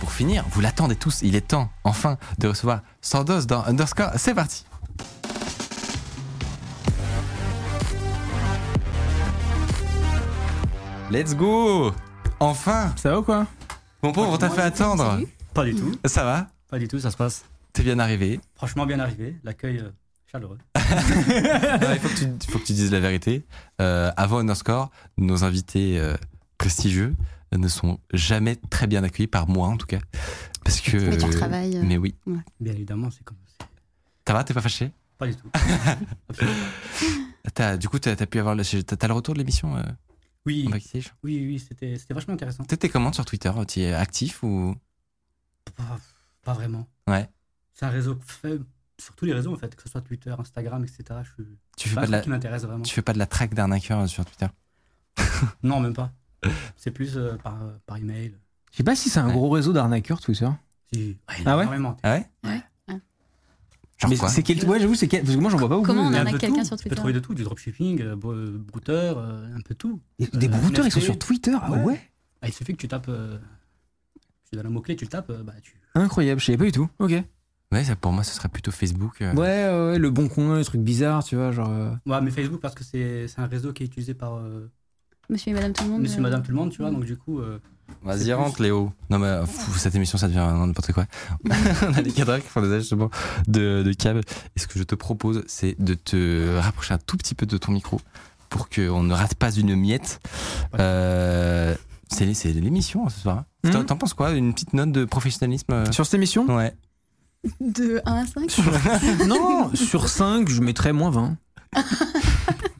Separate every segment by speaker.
Speaker 1: Pour finir, vous l'attendez tous, il est temps, enfin, de recevoir Sandoz dans Underscore. C'est parti Let's go Enfin
Speaker 2: Ça va ou quoi
Speaker 1: Mon pauvre, on t'a fait attendre
Speaker 2: Pas du tout.
Speaker 1: Ça va
Speaker 2: Pas du tout, ça se passe.
Speaker 1: T'es bien arrivé
Speaker 2: Franchement, bien arrivé. L'accueil euh, chaleureux.
Speaker 1: Non, Il faut que, tu, il faut que tu dises la vérité. Euh, avant Underscore, nos invités euh, prestigieux ne sont jamais très bien accueillis, par moi en tout cas. Parce que.
Speaker 3: Mais tu retravailles. euh,
Speaker 1: Mais oui.
Speaker 2: Bien évidemment, c'est comme ça.
Speaker 1: Ça va, t'es pas fâché
Speaker 2: Pas du tout. Absolument pas.
Speaker 1: T'as- Du coup, t'as as pu avoir. le- T'as t'as le retour de l'émission euh,
Speaker 2: Oui,
Speaker 1: en
Speaker 2: oui,
Speaker 1: backstage
Speaker 2: oui, oui, c'était c'était vachement intéressant.
Speaker 1: T'étais comment sur Twitter Tu es actif ou.
Speaker 2: Pas, pas vraiment.
Speaker 1: Ouais.
Speaker 2: C'est un réseau fait sur tous les réseaux en fait, que ce soit Twitter, Instagram, etc. Je suis
Speaker 1: Tu fais
Speaker 2: pas
Speaker 1: pas,
Speaker 2: un
Speaker 1: de
Speaker 2: truc
Speaker 1: la,
Speaker 2: qui m'intéresse vraiment.
Speaker 1: tu fais pas de la track d'arnaqueur euh, sur Twitter
Speaker 2: Non, même pas. C'est plus euh, par, euh, par email.
Speaker 4: Je sais pas si c'est un
Speaker 1: Ouais.
Speaker 4: gros réseau d'arnaqueurs, Twitter.
Speaker 2: Si-
Speaker 4: Ah ouais
Speaker 2: énormément.
Speaker 1: Ah ouais
Speaker 3: Ouais.
Speaker 1: Genre
Speaker 4: mais
Speaker 1: quoi
Speaker 4: c'est quel. Ouais, j'avoue, c'est quel. Parce que moi, j'en vois pas beaucoup.
Speaker 3: Comment on
Speaker 2: Il y a un
Speaker 3: arnaque
Speaker 2: peu de
Speaker 3: quelqu'un
Speaker 2: tout.
Speaker 3: sur
Speaker 2: Tu peux
Speaker 3: Twitter
Speaker 2: trouver de tout, du dropshipping, euh, bo- euh, brouteur, euh, un peu tout.
Speaker 4: Des, des
Speaker 2: Euh,
Speaker 4: brouteurs, ils sont
Speaker 2: NFT.
Speaker 4: sur Twitter. Ah ouais,
Speaker 2: Ouais. Ah, il suffit que tu tapes. euh, tu donnes un mot-clé, tu le tapes, euh, bah, tu,
Speaker 4: Incroyable, je savais pas du tout. Ok. Ouais,
Speaker 1: Ouais, ça, pour moi, ce serait plutôt Facebook. euh.
Speaker 4: ouais, ouais, le bon coin, les trucs bizarres, tu vois, genre. euh,
Speaker 2: Ouais, mais Facebook, parce que c'est c'est un réseau qui est utilisé par euh,
Speaker 3: Monsieur et Madame tout le monde.
Speaker 2: monsieur
Speaker 3: euh,
Speaker 2: madame tout le monde, tu vois,
Speaker 1: Mmh.
Speaker 2: donc du coup, euh,
Speaker 1: Vas-y,
Speaker 2: C'est
Speaker 1: rentre, Léo. Non, mais euh, fou, cette émission, ça devient vraiment n'importe quoi. on a des cadres qui font des ajustements de, de câbles. Et ce que je te propose, c'est de te rapprocher un tout petit peu de ton micro pour qu'on ne rate pas une miette.
Speaker 2: Ouais.
Speaker 1: Euh, c'est c'est l'émission ce soir. hein. T'en-
Speaker 4: Mhm.
Speaker 1: T'en penses quoi Une petite note de professionnalisme euh,
Speaker 4: Sur cette émission
Speaker 1: Ouais.
Speaker 3: De 1 à 5
Speaker 4: Non, sur 5, je mettrais moins 20.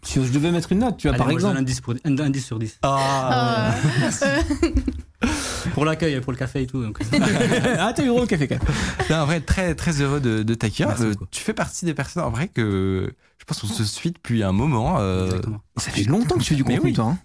Speaker 4: si je devais mettre une note, tu vois,
Speaker 2: allez,
Speaker 4: Bah, par
Speaker 2: moi, je donne
Speaker 4: exemple.
Speaker 2: un 10, pour- un- un 10 sur 10.
Speaker 3: Ah, euh,
Speaker 2: Pour l'accueil, pour le café et tout. Donc, euh,
Speaker 4: ah, t'as eu gros au café quand même.
Speaker 1: Non, en vrai, très, très heureux de, de t'accueillir.
Speaker 2: Merci
Speaker 1: Euh,
Speaker 2: beaucoup.
Speaker 1: tu fais partie des personnes, en vrai, que je pense qu'on se suit depuis un moment. euh,
Speaker 2: Exactement.
Speaker 4: Ça fait longtemps que tu fais du
Speaker 1: Mais
Speaker 4: contenu,
Speaker 1: oui.
Speaker 4: toi. hein.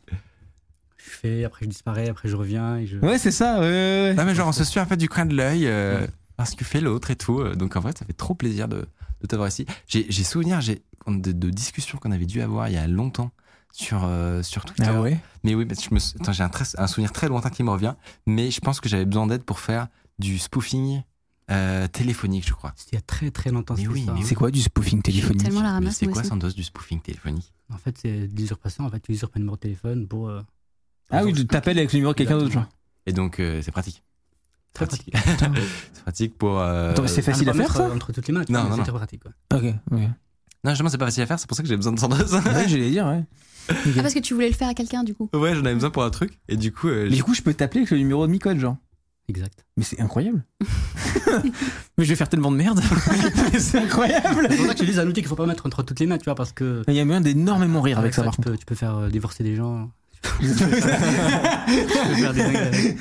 Speaker 2: Je fais, après je disparais, après je reviens. Et je...
Speaker 4: Ouais, c'est ça, ouais, ouais, ouais.
Speaker 1: Non, mais genre, on se suit un peu du coin de l'œil euh, parce que fait l'autre et tout. Euh, Donc, en vrai, ça fait trop plaisir de, de t'avoir ici. J'ai j'ai souvenir j'ai, de, de discussions qu'on avait dû avoir il y a longtemps sur, euh, sur Twitter.
Speaker 4: Ah ouais
Speaker 1: Mais oui, parce que je me, sou- attends, j'ai un, très- un souvenir très lointain qui me revient. Mais je pense que j'avais besoin d'aide pour faire du spoofing euh, téléphonique, je crois.
Speaker 2: C'était il y a très très longtemps.
Speaker 1: Mais
Speaker 2: c'était
Speaker 1: oui,
Speaker 2: ça,
Speaker 1: mais
Speaker 2: hein.
Speaker 4: C'est quoi du spoofing téléphonique
Speaker 3: tellement la
Speaker 1: Mais
Speaker 3: ramasse,
Speaker 1: c'est
Speaker 3: moi
Speaker 1: quoi,
Speaker 3: aussi.
Speaker 1: Sandoz, du spoofing téléphonique
Speaker 2: hein. En fait, c'est de l'usurpation. En fait, tu usurpes un numéro de téléphone pour. euh,
Speaker 4: Ah oui, tu t'appelles avec le numéro de quelqu'un d'autre, genre.
Speaker 1: Et donc, euh, c'est pratique.
Speaker 2: Très pratique.
Speaker 1: c'est pratique pour. euh,
Speaker 4: Attends, mais c'est
Speaker 2: À ne
Speaker 4: facile
Speaker 2: pas
Speaker 4: à faire,
Speaker 2: mettre,
Speaker 4: ça
Speaker 2: euh, Entre toutes les mains, tu
Speaker 1: Non,
Speaker 2: vois, mais
Speaker 1: non,
Speaker 2: c'est
Speaker 1: non.
Speaker 2: très pratique. quoi.
Speaker 4: Ok, ok.
Speaker 1: Non, justement, c'est pas facile à faire, c'est pour ça que j'ai besoin de Sandoz.
Speaker 4: Ouais, j'allais dire, ouais. Ok.
Speaker 3: Ah, parce que tu voulais le faire à quelqu'un du coup.
Speaker 1: ouais, j'en avais besoin pour un truc. Et du coup, euh,
Speaker 4: Mais
Speaker 1: j'ai-
Speaker 4: du coup, je peux t'appeler avec le numéro de Micode, genre.
Speaker 2: Exact.
Speaker 4: Mais c'est incroyable. mais je vais faire tellement de merde. Mais c'est incroyable.
Speaker 2: C'est pour ça que je dis un outil qu'il faut pas mettre entre toutes les mains, tu vois, parce que.
Speaker 4: Il y a moyen d'énormément rire avec ça, par
Speaker 2: tu
Speaker 4: contre.
Speaker 2: peux, tu peux faire euh, divorcer des gens. Tu peux faire des dingueries
Speaker 4: ouais,
Speaker 2: avec.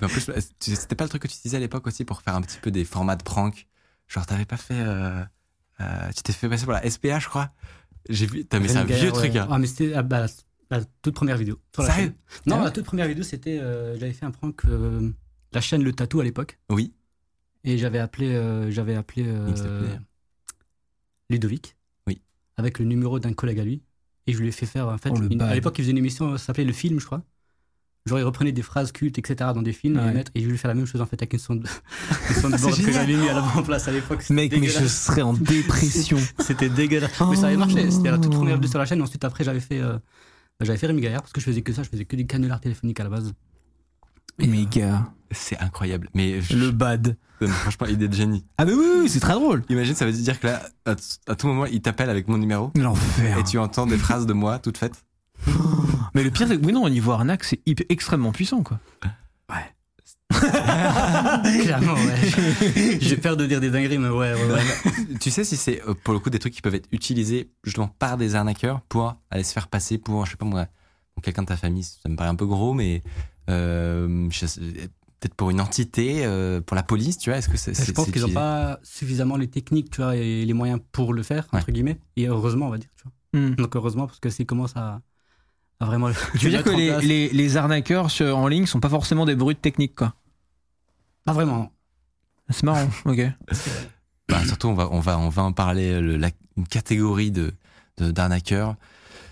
Speaker 1: Mais en plus, euh, tu- c'était pas le truc que tu utilisais à l'époque aussi pour faire un petit peu des formats de prank. Genre, t'avais pas fait. euh, euh, tu t'es fait passer pour la SPA, je crois. J'ai vu. T'as, mais c'est un
Speaker 2: Rengar,
Speaker 1: vieux
Speaker 2: ouais.
Speaker 1: truc, hein.
Speaker 2: Ah, mais c'était ah, bah, la, la toute première vidéo. Sur la
Speaker 1: Sérieux
Speaker 2: chaîne. Non,
Speaker 4: Ah ouais
Speaker 2: la toute première vidéo, c'était. euh, j'avais fait un prank. euh, la chaîne Le Tatou à l'époque.
Speaker 1: Oui.
Speaker 2: Et j'avais appelé. euh, j'avais appelé. euh,
Speaker 1: XLP.
Speaker 2: Ludovic.
Speaker 1: Oui.
Speaker 2: Avec le numéro d'un collègue à lui. Et je lui ai fait faire. En fait,
Speaker 4: Oh, le
Speaker 2: une-
Speaker 4: bad.
Speaker 2: à l'époque, il faisait une émission, ça s'appelait Le Film, je crois. Genre, il reprenait des phrases cultes, etc., dans des films, et,
Speaker 4: Ouais.
Speaker 2: les mettre- et je lui ai fait la même chose, en fait, avec une sonde, une soundboard que
Speaker 1: génial.
Speaker 2: j'avais mis à l'avant-place à l'époque. C'était
Speaker 4: Mec, mais je
Speaker 2: dégueulasse.
Speaker 4: serais en dépression.
Speaker 2: C'était dégueulasse. Mais ça avait marché. C'était la toute première
Speaker 4: Oh.
Speaker 2: vidéo sur la chaîne. Ensuite, après, j'avais fait, euh, bah, j'avais fait Rémi Gaillard parce que je faisais que ça. Je faisais que du canular téléphonique à la base. Et,
Speaker 4: Mais gars,
Speaker 1: C'est incroyable. Mais je-
Speaker 4: le bad.
Speaker 1: je- franchement, idée de génie.
Speaker 4: Ah, mais oui, oui, oui, c'est très drôle.
Speaker 1: Imagine, ça veut dire que là, à, t- à tout moment, il t'appelle avec mon numéro.
Speaker 4: L'enfer.
Speaker 1: Et tu entends des phrases de moi toutes faites.
Speaker 4: Mais le pire, c'est que, oui, non, au niveau arnaque, c'est hyper- extrêmement puissant, quoi.
Speaker 2: euh, clairement, ouais. J'ai peur de dire des dingueries, mais ouais, ouais, ouais.
Speaker 1: tu sais si c'est euh, pour le coup des trucs qui peuvent être utilisés justement par des arnaqueurs pour aller se faire passer pour, je sais pas moi, Donc, quelqu'un de ta famille, ça me paraît un peu gros, mais euh, je sais- peut-être pour une entité, euh, pour la police, tu vois, est-ce que c'est.
Speaker 2: Je
Speaker 1: c'est-
Speaker 2: pense
Speaker 1: c'est
Speaker 2: qu'ils n'ont
Speaker 1: utilisé
Speaker 2: pas suffisamment les techniques, tu vois, et les moyens pour le faire, entre guillemets. Et heureusement, on va dire, tu vois.
Speaker 4: Hmm.
Speaker 2: Donc heureusement, parce que s'ils commencent à, à vraiment.
Speaker 4: Tu veux dire que les, les- les arnaqueurs sur- en ligne sont pas forcément des brutes techniques, quoi.
Speaker 2: Pas vraiment. non.
Speaker 4: C'est marrant, ok.
Speaker 1: Bah, surtout, on va, on, va, on va en parler, le- la- une catégorie de de- d'arnaqueurs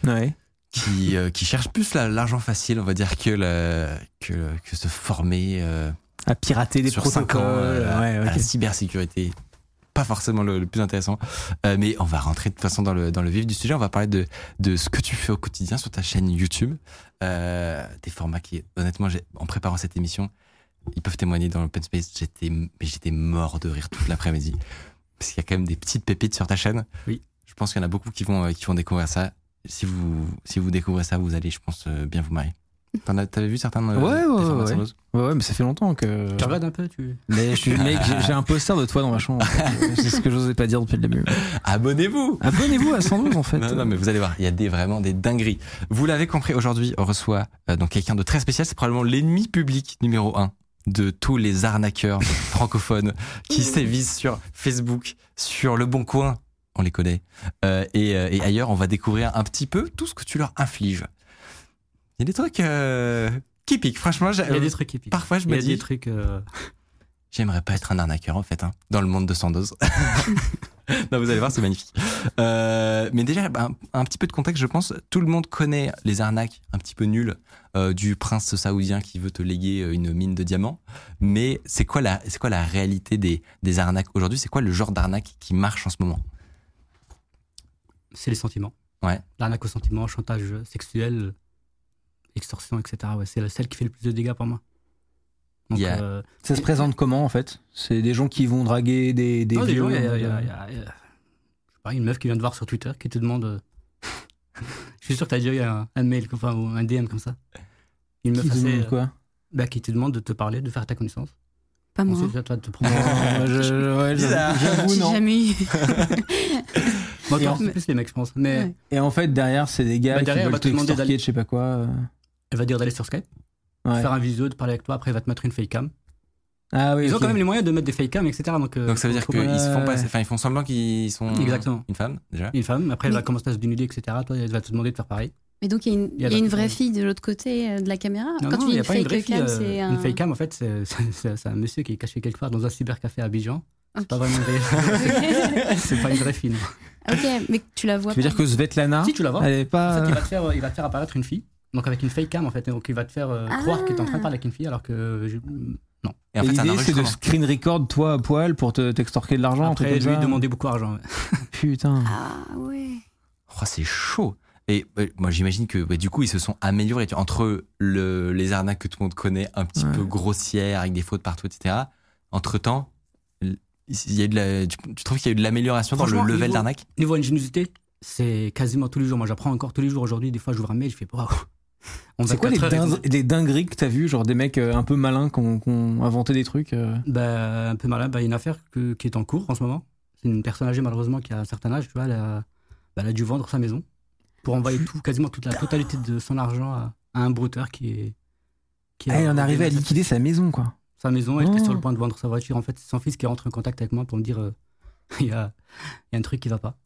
Speaker 4: Ouais.
Speaker 1: qui, euh, qui cherchent plus la- l'argent facile, on va dire, que, la- que, que se former. euh,
Speaker 4: À pirater des
Speaker 1: sur 5 ans
Speaker 4: protocoles.
Speaker 1: euh, à-
Speaker 4: ouais,
Speaker 1: à la
Speaker 4: ok.
Speaker 1: cybersécurité. Pas forcément le, le plus intéressant, Euh, mais on va rentrer de toute façon dans le, dans le vif du sujet. On va parler de, de ce que tu fais au quotidien sur ta chaîne YouTube. Euh, des formats qui, honnêtement, j'ai- en préparant cette émission, ils peuvent témoigner dans l'open space. J'étais mais j'étais mort de rire toute l'après-midi. Parce qu'il y a quand même des petites pépites sur ta chaîne.
Speaker 2: Oui.
Speaker 1: Je pense qu'il y en a beaucoup qui vont, euh, qui vont découvrir ça. Si vous, si vous découvrez ça, vous allez, je pense, euh, bien vous marier. T'en as- T'avais vu certains euh,
Speaker 4: Ouais, ouais,
Speaker 1: des formats
Speaker 4: ouais,
Speaker 1: sur l'ose
Speaker 4: Ouais, ouais, mais ça fait longtemps que.
Speaker 2: Tu regardes un peu, tu.
Speaker 4: Mais je suis, mec, j'ai- j'ai un poster de toi dans ma chambre. en fait. C'est ce que j'osais pas dire depuis le début.
Speaker 1: Abonnez-vous
Speaker 4: Abonnez-vous à 112 en fait.
Speaker 1: Non, non, mais vous allez voir, il y a des, vraiment des dingueries. Vous l'avez compris, aujourd'hui, on reçoit euh, donc quelqu'un de très spécial. C'est probablement l'ennemi public numéro un de tous les arnaqueurs francophones qui sévissent sur Facebook, sur Le Bon Coin. On les connaît. Euh, et, euh, et ailleurs, on va découvrir un petit peu tout ce que tu leur infliges. Il y a des trucs euh, qui piquent. Franchement, j'ai-
Speaker 2: Il y
Speaker 4: Euh,
Speaker 2: a des trucs épiques.
Speaker 1: parfois, je
Speaker 2: Il y
Speaker 1: me
Speaker 2: a des
Speaker 1: dis,
Speaker 2: trucs. euh,
Speaker 1: j'aimerais pas être un arnaqueur, en fait, hein, dans le monde de Sandoz. non, vous allez voir, c'est magnifique. Euh, mais déjà, ben, un, petit peu de contexte, je pense. Tout le monde connaît les arnaques un petit peu nulles euh, du prince saoudien qui veut te léguer euh, une mine de diamants. Mais c'est quoi la, c'est quoi la réalité des, des arnaques aujourd'hui C'est quoi le genre d'arnaque qui marche en ce moment
Speaker 2: c'est les sentiments.
Speaker 1: Ouais.
Speaker 2: L'arnaque aux sentiments, chantage sexuel, extorsion, etc. Ouais, c'est la- celle qui fait le plus de dégâts pour moi. Donc,
Speaker 1: Il y a-
Speaker 2: euh,
Speaker 4: Ça se présente comment en fait C'est des gens qui vont draguer des. des
Speaker 2: non, des
Speaker 4: vieux,
Speaker 2: gens, il y a,
Speaker 4: euh,
Speaker 2: il y a- il y a- il y a- je sais pas, une meuf qui vient de voir sur Twitter qui te demande. euh, je suis sûr que t'as déjà eu un, un mail, enfin, ou un DM comme ça. Une meuf
Speaker 4: qui
Speaker 2: assez,
Speaker 4: demandent
Speaker 2: euh,
Speaker 4: quoi
Speaker 2: bah, qui te demande de te parler, de faire ta connaissance.
Speaker 3: Pas Ah, moi. hein. Ah,
Speaker 2: Ensuite, à toi de te prendre.
Speaker 4: Non, Oh, je- je- ouais,
Speaker 1: Bizarre.
Speaker 4: j'avoue,
Speaker 3: J'ai
Speaker 4: non.
Speaker 3: jamais eu.
Speaker 2: Moi, attends,
Speaker 3: Et en-
Speaker 2: c'est plus les mecs, je pense. Mais
Speaker 3: Ouais.
Speaker 4: Et en fait, derrière, c'est des gars
Speaker 2: Bah,
Speaker 4: qui
Speaker 2: derrière, on
Speaker 4: veulent
Speaker 2: va te demander
Speaker 4: t'extorquer
Speaker 2: d'aller-
Speaker 4: de je sais pas quoi. euh,
Speaker 2: elle va dire d'aller sur Skype,
Speaker 4: ouais.
Speaker 2: faire un visio, de parler avec toi, après elle va te mettre une fake cam.
Speaker 4: Ah oui,
Speaker 2: Ils ont
Speaker 4: ok.
Speaker 2: quand même les moyens de mettre des fake cam, etc. Donc, euh,
Speaker 1: Donc ça veut dire
Speaker 2: faut-
Speaker 1: qu'ils se font
Speaker 4: ouais.
Speaker 1: passer, enfin ils font semblant qu'ils sont
Speaker 2: Exactement.
Speaker 1: une femme déjà.
Speaker 2: Une femme, après elle
Speaker 3: Mais-
Speaker 2: va commencer à se dénuder, etc. Toi, elle va te demander de faire pareil.
Speaker 3: Mais donc, il y a une,
Speaker 2: Il y a
Speaker 3: il y a une
Speaker 2: d'autres
Speaker 3: vraie
Speaker 2: gens.
Speaker 3: fille de l'autre côté euh, de la caméra. Quand tu dis
Speaker 2: il y
Speaker 3: une fake cam,
Speaker 2: euh,
Speaker 3: c'est
Speaker 2: Une
Speaker 3: un.
Speaker 2: fake cam, en fait, c'est- c'est c'est- c'est un monsieur qui est caché quelque part dans un cybercafé à Abidjan. C'est
Speaker 3: Ok.
Speaker 2: pas vraiment une vraie. c'est pas une vraie fille. non.
Speaker 3: Ok, mais tu la vois
Speaker 4: Tu veux
Speaker 3: pas.
Speaker 4: dire que
Speaker 3: Hein
Speaker 4: Svetlana,
Speaker 2: Si tu la vois,
Speaker 4: elle
Speaker 2: en
Speaker 4: est
Speaker 2: fait,
Speaker 4: pas.
Speaker 2: il,
Speaker 3: Euh.
Speaker 2: va te faire, il va te faire apparaître une fille. Donc avec une fake cam, en fait. Et Donc il va te faire euh,
Speaker 3: Ah.
Speaker 2: croire que t'es en train de parler avec une fille alors que. euh, je-
Speaker 1: Et en
Speaker 4: Et
Speaker 1: fait, c'est un
Speaker 4: L'idée, c'est de
Speaker 1: enregistrement.
Speaker 4: screen record toi à poil pour te- t'extorquer de l'argent. un truc
Speaker 2: Après,
Speaker 4: comme
Speaker 2: lui
Speaker 4: ça.
Speaker 2: demander beaucoup d'argent. ouais.
Speaker 4: Putain.
Speaker 3: Ah ouais.
Speaker 1: Oh, c'est chaud. Et euh, moi, j'imagine que bah, du coup, ils se sont améliorés. Tu- Entre le, les arnaques que tout le monde connaît, un petit
Speaker 4: Ouais.
Speaker 1: peu grossières, avec des fautes partout, etc. Entre temps, il y a eu de la, tu, tu trouves qu'il y a eu de l'amélioration dans le
Speaker 2: Franchement,
Speaker 1: level
Speaker 2: niveau-
Speaker 1: d'arnaque
Speaker 2: Niveau ingéniosité, c'est quasiment tous les jours. Moi, j'apprends encore tous les jours aujourd'hui. Des fois, j'ouvre un mail, je fais waouh. En
Speaker 4: C'est quoi les,
Speaker 2: 24 heures, ils ont-
Speaker 4: ding- les dingueries que t'as vu, genre des mecs euh, un peu malins qui ont qui ont inventé des trucs euh,
Speaker 2: Bah, un peu malin. Bah, il y a une affaire que- qui est en cours en ce moment. C'est une personne âgée, malheureusement, qui a un certain âge. Tu vois, elle, a, bah, elle a dû vendre sa maison pour envoyer tout, quasiment toute la totalité de son argent à, à un brouteur qui est. Qui a-
Speaker 4: Ah, il en est arrivé à liquider sa maison, quoi.
Speaker 2: Sa maison, elle était
Speaker 4: Oh.
Speaker 2: sur le point de vendre sa voiture. En fait, c'est son fils qui rentre en contact avec moi pour me dire euh, il y, a, il y a un truc qui va pas.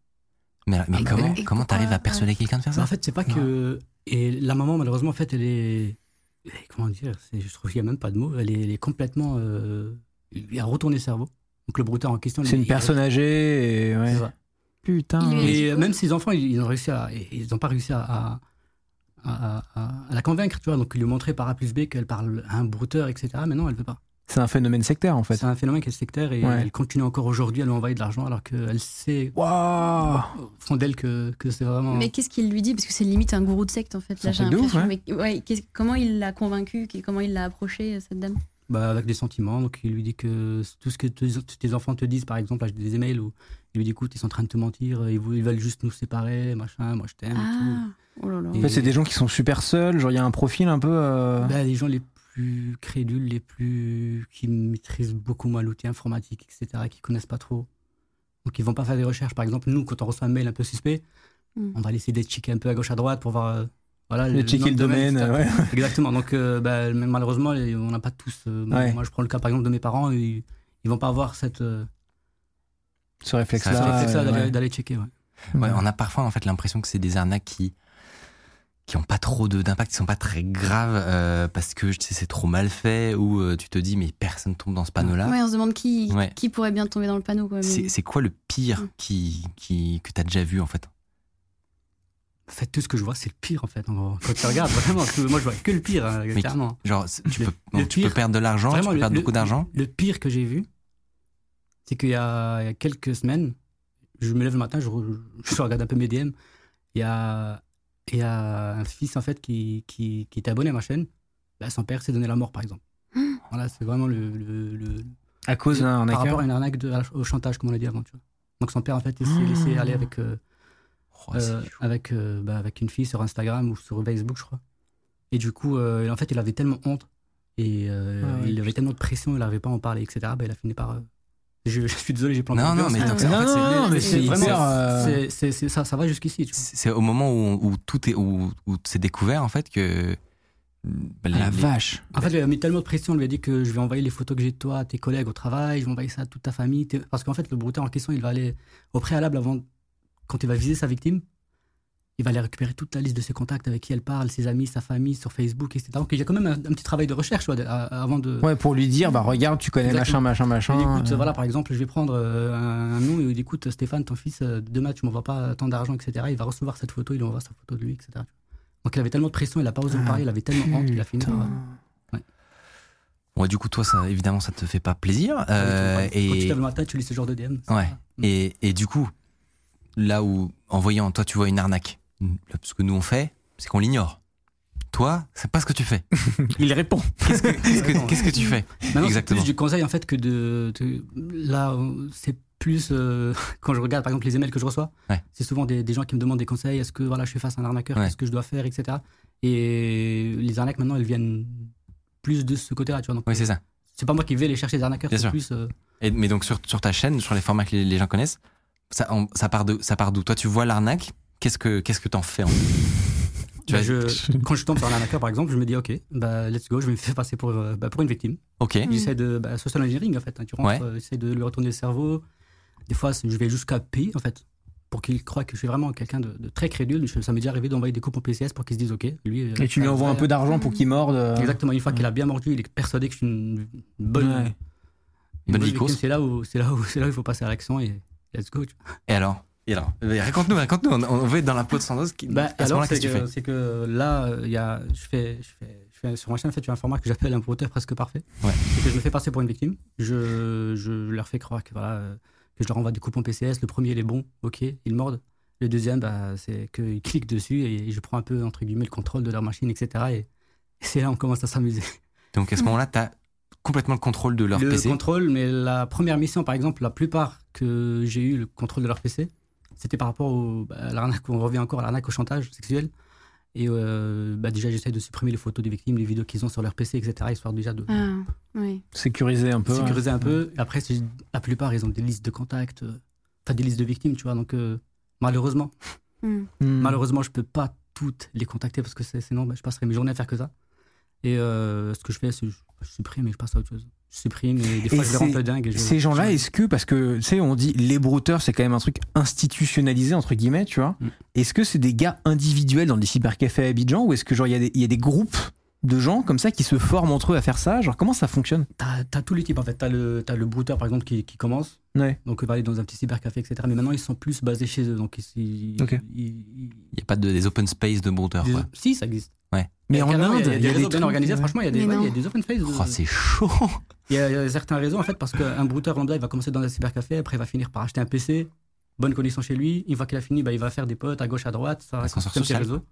Speaker 1: Mais, mais
Speaker 3: Ah bah
Speaker 1: comment
Speaker 3: oui. Et
Speaker 1: comment t'arrives
Speaker 3: pourquoi-
Speaker 1: à persuader quelqu'un de
Speaker 4: Ah.
Speaker 1: faire
Speaker 2: Mais
Speaker 1: ça
Speaker 2: en fait, c'est pas que. Et la maman, malheureusement, en fait, elle est. elle est- Comment dire c'est- Je trouve qu'il n'y a même pas de mots. Elle est, elle est complètement. euh, Il a retourné le cerveau. Donc le brouteur en question.
Speaker 4: C'est
Speaker 2: lui,
Speaker 4: une
Speaker 2: il-
Speaker 4: personne âgée et. ouais.
Speaker 2: C'est ça.
Speaker 4: Putain.
Speaker 3: Il est-
Speaker 2: Et euh,
Speaker 3: Ouais.
Speaker 2: même ses enfants, ils ils ont réussi à, ils n'ont pas réussi à, à, à- à- à la convaincre, tu vois. Donc, ils lui montraient par A plus B qu'elle parle à un brouteur, etc. Mais non, elle veut pas.
Speaker 4: C'est un phénomène sectaire, en fait.
Speaker 2: C'est un phénomène qui est sectaire et
Speaker 4: Ouais.
Speaker 2: elle continue encore aujourd'hui à lui envoyer de l'argent alors qu'elle sait
Speaker 4: Waouh
Speaker 2: au fond d'elle que, que c'est vraiment.
Speaker 3: Mais qu'est-ce qu'il lui dit Parce que c'est limite un gourou de secte en fait.
Speaker 4: C'est un
Speaker 3: Là, j'ai
Speaker 4: truc de ouf,
Speaker 3: l'impression. Mais ouais, qu'est-ce- comment il l'a convaincu Comment il l'a approché euh, cette dame
Speaker 2: Bah, avec des sentiments. Donc, il lui dit que tout ce que te- tes enfants te disent, par exemple, là, j'ai des emails où il lui dit écoute, ils sont en train de te mentir, ils, vou- ils veulent juste nous séparer, machin, moi je t'aime et tout.
Speaker 3: Ah, oh là là.
Speaker 4: En fait, c'est des gens qui sont super seuls, genre il y a un profil un peu. euh,
Speaker 2: Bah, les gens les plus crédules, les plus qui maîtrisent beaucoup moins l'outil informatique, etc., qui connaissent pas trop. Donc ils vont pas faire des recherches. Par exemple, nous, quand on reçoit un mail un peu suspect,
Speaker 3: Mm.
Speaker 2: on va aller essayer d'être checker un peu à gauche à droite pour voir. euh, Voilà,
Speaker 4: J'ai checké
Speaker 2: nom
Speaker 4: le
Speaker 2: de
Speaker 4: domaine.
Speaker 2: etc.
Speaker 4: ouais.
Speaker 2: Exactement. Donc, euh, bah, mais malheureusement, les- on n'a pas tous. euh,
Speaker 4: Ouais.
Speaker 2: Moi, je prends le cas par exemple de mes parents, ils, ils vont pas avoir cette euh,
Speaker 4: Ce
Speaker 2: ce
Speaker 4: réflexe-là.
Speaker 1: Ça,
Speaker 2: réflexe-là
Speaker 4: euh,
Speaker 2: d'aller,
Speaker 4: ouais.
Speaker 2: d'aller checker. ouais.
Speaker 1: Ouais,
Speaker 3: euh,
Speaker 1: on a parfois en fait l'impression que c'est des arnaques qui qui ont pas trop de- d'impact, qui sont pas très graves euh, parce que je sais c'est trop mal fait ou euh, tu te dis mais personne tombe dans ce panneau là.
Speaker 3: Ouais, on se demande qui,
Speaker 1: Ouais.
Speaker 3: qui pourrait bien tomber dans le panneau. Quoi, mais-
Speaker 1: C'est c'est quoi le pire
Speaker 3: Mm.
Speaker 1: qui, qui que t'as déjà vu en fait
Speaker 2: En fait, tout ce que je vois, c'est le pire en fait. en gros. Quand tu regardes, vraiment, parce que moi, je vois que le pire, hein,
Speaker 1: Mais-
Speaker 2: clairement.
Speaker 1: Genre c'est- tu
Speaker 2: Le-
Speaker 1: peux bon,
Speaker 2: le
Speaker 1: tu peux
Speaker 2: pire-
Speaker 1: perdre de l'argent, tu
Speaker 2: Vraiment,
Speaker 1: peux
Speaker 2: le-
Speaker 1: perdre
Speaker 2: le-
Speaker 1: beaucoup d'argent.
Speaker 2: Le pire que j'ai vu, c'est qu'il y a, il y a quelques semaines, je me lève le matin, je, re- je regarde un peu mes DM. Il y a, il y a un fils en fait qui, qui, qui est abonné à ma chaîne. Là, son père s'est donné la mort, par exemple. Voilà, c'est vraiment le- le- le,
Speaker 4: À cause d'un
Speaker 2: par
Speaker 4: arnaqueur.
Speaker 2: rapport à une arnaque de- au chantage, comme on l'a dit avant. Tu vois. Donc son père, en fait, il s'est
Speaker 4: Ah.
Speaker 2: laissé aller avec, euh,
Speaker 1: Oh, c'est
Speaker 2: euh,
Speaker 1: chaud.
Speaker 2: avec, euh, bah, avec une fille sur Instagram ou sur Facebook, je crois. Et du coup, euh, en fait, il avait tellement honte et euh,
Speaker 4: Ah ouais,
Speaker 2: il avait tellement de pression, il n'arrivait pas à en parler, etc. Bah, il a fini par. euh, je, je suis désolé, j'ai planté.
Speaker 1: Non
Speaker 2: le
Speaker 1: non
Speaker 2: bilan,
Speaker 1: mais
Speaker 2: c'est-
Speaker 3: Ah
Speaker 1: donc,
Speaker 3: ouais.
Speaker 1: en fait,
Speaker 4: Non,
Speaker 1: c'est-
Speaker 4: non, non, mais c'est
Speaker 2: vraiment,
Speaker 4: hyper, euh,
Speaker 2: c'est- c'est- c'est- ça, ça va jusqu'ici. Tu vois.
Speaker 1: c'est au moment où, où tout est où, où c'est découvert en fait que bah,
Speaker 4: La
Speaker 1: les-
Speaker 4: vache.
Speaker 2: En fait, il a mis tellement de pression, on lui a dit que je vais envoyer les photos que j'ai de toi à tes collègues au travail, je vais envoyer ça à toute ta famille. t'es- Parce qu'en fait, le brouteur en question, il va aller au préalable avant, quand il va viser sa victime, il va aller récupérer toute la liste de ses contacts avec qui elle parle, ses amis, sa famille, sur Facebook, etc. Donc il y a quand même un, un petit travail de recherche tu vois, de- à- avant de.
Speaker 4: Ouais, pour lui dire, bah regarde, tu connais
Speaker 2: Exactement.
Speaker 4: machin,
Speaker 2: Je
Speaker 4: machin,
Speaker 2: lui dis,
Speaker 4: machin.
Speaker 2: écoute,
Speaker 4: euh,
Speaker 2: voilà, par exemple, je vais prendre euh, un, un nom et il dit, écoute, Stéphane, ton fils, euh, demain, tu m'envoies pas tant d'argent, etc. Il va recevoir cette photo, il envoie sa photo de lui, etc. Donc il avait tellement de pression, il a pas osé en
Speaker 4: Ah,
Speaker 2: parler, il avait tellement honte, il a fini par.
Speaker 4: putain.
Speaker 1: Ouais, du coup toi ça évidemment ça te fait pas plaisir euh,
Speaker 2: Quand tu te
Speaker 1: et
Speaker 2: lèves le matin, tu lis ce genre de DM. c'est
Speaker 1: Ouais.
Speaker 2: ça.
Speaker 1: Et, et du coup, là où, en voyant, toi, tu vois une arnaque. Là, Ce que nous, on fait, c'est qu'on l'ignore. Toi, c'est pas ce que tu fais.
Speaker 4: Il répond.
Speaker 1: Qu'est-ce que, qu'est-ce que- qu'est-ce que tu fais
Speaker 2: Maintenant, c'est
Speaker 1: Exactement.
Speaker 2: plus du conseil en fait que de. de- là, on- c'est plus euh, quand je regarde par exemple les emails que je reçois.
Speaker 1: Ouais.
Speaker 2: C'est souvent des, des gens qui me demandent des conseils. Est-ce que voilà, je suis face à un arnaqueur
Speaker 1: Ouais.
Speaker 2: Qu'est-ce que je dois faire, etc. Et les arnaques maintenant, elles viennent plus de ce côté-là, tu vois. Donc,
Speaker 1: Oui, c'est ça.
Speaker 2: c'est pas moi qui vais aller chercher les arnaqueurs.
Speaker 1: Bien
Speaker 2: C'est
Speaker 1: sûr.
Speaker 2: plus. euh,
Speaker 1: Et, mais donc, sur, sur ta chaîne, sur les formats que les, les gens connaissent, ça, on- ça part de- ça part d'où Toi, tu vois l'arnaque, qu'est-ce que qu'est-ce que t'en fais en fait Tu vois,
Speaker 2: bah, je- quand je tombe sur un arnaqueur, par exemple, je me dis ok, bah let's go, je vais me faire passer pour euh, bah, pour une victime.
Speaker 1: Ok.
Speaker 3: Mm.
Speaker 2: J'essaie de bah, social engineering en fait. hein. tu rentres,
Speaker 1: Ouais.
Speaker 2: euh, j'essaie de lui retourner le cerveau. Des fois, c'est- je vais jusqu'à payer en fait pour qu'il croie que je suis vraiment quelqu'un de, de très crédule. Je- Ça m'est déjà arrivé d'envoyer des coups en PCS pour qu'il se dise ok. Lui. euh,
Speaker 4: Et tu lui
Speaker 2: ça,
Speaker 4: envoies
Speaker 2: ça,
Speaker 4: un peu d'argent pour qu'il morde. euh,
Speaker 2: Exactement. Une fois qu'il a bien mordu, il est persuadé que je suis une une bonne,
Speaker 4: Ouais.
Speaker 2: une
Speaker 1: Bonne
Speaker 2: bonne
Speaker 1: vicose.
Speaker 2: victime. C'est là où c'est là où c'est là où il faut passer à l'action et let's go. tu vois.
Speaker 1: Et alors Et alors Mais Raconte-nous, raconte-nous. On, on veut être dans la peau de Sandoz. Qui,
Speaker 2: Bah,
Speaker 1: à ce
Speaker 2: alors
Speaker 1: moment-là,
Speaker 2: c'est
Speaker 1: qu'est-ce que tu fais
Speaker 2: que, c'est que là, euh, il y a, je fais, je fais, je fais- sur ma chaîne, en fait, j'ai un format que j'appelle un promoteur presque parfait.
Speaker 1: Ouais.
Speaker 2: C'est que je me fais passer pour une victime. Je, je leur fais croire que voilà, euh, que je leur envoie des coupons PCS. Le premier, il est bon, ok, ils mordent. Le deuxième, bah, c'est qu'ils cliquent dessus et je prends un peu entre guillemets le contrôle de leur machine, etc. Et, c'est là où on commence à s'amuser.
Speaker 1: Donc, à ce moment-là, t'as complètement le contrôle de leur
Speaker 2: Le
Speaker 1: PC.
Speaker 2: contrôle, mais la première mission, par exemple, la plupart que j'ai eu le contrôle de leur PC, c'était par rapport au, bah, à l'arnaque, on revient encore à l'arnaque au chantage sexuel. Et euh, bah, déjà, j'essaie de supprimer les photos des victimes, les vidéos qu'ils ont sur leur PC, etc., histoire déjà de
Speaker 3: Ah, ouais.
Speaker 4: Sécuriser un peu.
Speaker 2: sécuriser un peu. Et Après, c'est- la plupart, ils ont des listes de contacts, euh, enfin des listes de victimes, tu vois. Donc, euh, malheureusement,
Speaker 3: Mm.
Speaker 4: Hmm.
Speaker 2: Malheureusement, je peux pas toutes les contacter parce que c'est- sinon, bah, je passerai mes journées à faire que ça. Et euh, ce que je fais, c'est je, je supprime et je passe à autre chose. Je supprime et des fois, je les rends
Speaker 4: c'est-
Speaker 2: un peu dingues. et je-
Speaker 4: Ces gens-là,
Speaker 2: je-
Speaker 4: est-ce que, parce que, tu sais, on dit les brouteurs, c'est quand même un truc institutionnalisé, entre guillemets, tu vois.
Speaker 2: Mm.
Speaker 4: Est-ce que c'est des gars individuels dans des cybercafés à Abidjan ou est-ce que, genre, il y, a des- il y a des groupes de gens comme ça qui se forment entre eux à faire ça Genre, comment ça fonctionne
Speaker 2: T'as t'as tous les types en fait. T'as le, t'as le brouteur par exemple qui, qui commence.
Speaker 4: Ouais.
Speaker 2: Donc il va aller dans un petit cybercafé, etc. Mais maintenant ils sont plus basés chez eux. Donc ils. ils-
Speaker 4: Ok.
Speaker 2: ils- ils-
Speaker 1: Il n'y a pas de, des open space de brouteurs.
Speaker 2: des-
Speaker 1: quoi.
Speaker 2: Si, ça existe.
Speaker 4: Mais
Speaker 2: Et
Speaker 4: en
Speaker 2: carrément, il
Speaker 4: Inde,
Speaker 2: y a, des réseaux bien
Speaker 4: trucs,
Speaker 2: organisés.
Speaker 4: ouais.
Speaker 2: Franchement, il y a des,
Speaker 3: Mais
Speaker 2: ouais, il y a
Speaker 3: non.
Speaker 2: des open space. de-
Speaker 1: Oh, c'est chaud
Speaker 2: il, y a, il y a certains réseaux en fait parce qu'un brouteur lambda il va commencer dans un cybercafé, après il va finir par acheter un PC, bonne connexion chez lui. Une fois qu'il a fini, bah, il va faire des potes à gauche, à droite. Ça va
Speaker 1: Ascenseur
Speaker 2: construire ses
Speaker 1: social.
Speaker 2: réseaux.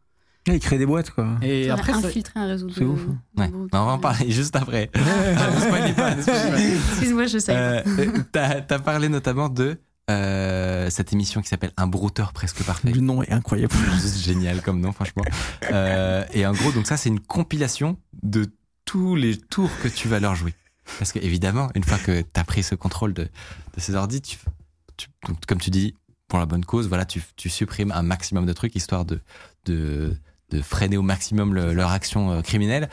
Speaker 4: Ouais, Ils créent des boîtes, quoi.
Speaker 2: Et
Speaker 3: Faudrait
Speaker 2: après, ça-
Speaker 3: infiltrer un réseau de.
Speaker 4: C'est ouf. hein. Bah,
Speaker 3: de
Speaker 1: Ouais.
Speaker 3: groupes.
Speaker 1: On va en parler juste après.
Speaker 2: Ah,
Speaker 1: ne spoilez pas, ne spoilez pas.
Speaker 3: Excuse-moi, je savais. pas.
Speaker 1: Euh, T'as t'as parlé notamment de euh, cette émission qui s'appelle Un brouteur presque parfait.
Speaker 4: Le nom est incroyable.
Speaker 1: Juste génial comme nom, franchement. Euh, et en gros, donc ça, c'est une compilation de tous les tours que tu vas leur jouer. Parce que évidemment, une fois que t'as pris ce contrôle de, de ces ordi, tu, tu- donc, comme tu dis, pour la bonne cause, voilà, tu, tu supprimes un maximum de trucs histoire de de de freiner au maximum le- leur action euh, criminelle.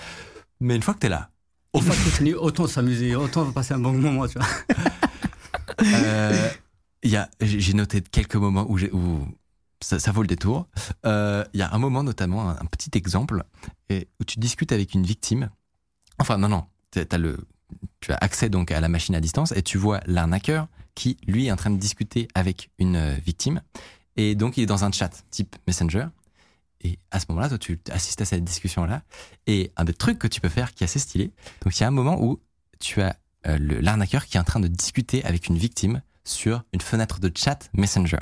Speaker 1: Mais une fois que t'es là,
Speaker 2: Une fois que c'est fini, autant s'amuser, autant passer un bon moment, tu vois.
Speaker 1: Euh, il y a- j'ai j'ai noté quelques moments où, j'ai- où ça, ça vaut le détour. Euh, Il y a un moment notamment, un, un petit exemple, et, où tu discutes avec une victime. Enfin, non, non, t'as- t'as le, tu as accès donc à la machine à distance et tu vois l'arnaqueur qui, lui, est en train de discuter avec une euh, victime. Et donc, il est dans un chat type Messenger. Et à ce moment-là, toi, tu assistes à cette discussion-là. Et un des trucs que tu peux faire qui est assez stylé, donc il y a un moment où tu as euh, le- l'arnaqueur qui est en train de discuter avec une victime sur une fenêtre de chat Messenger.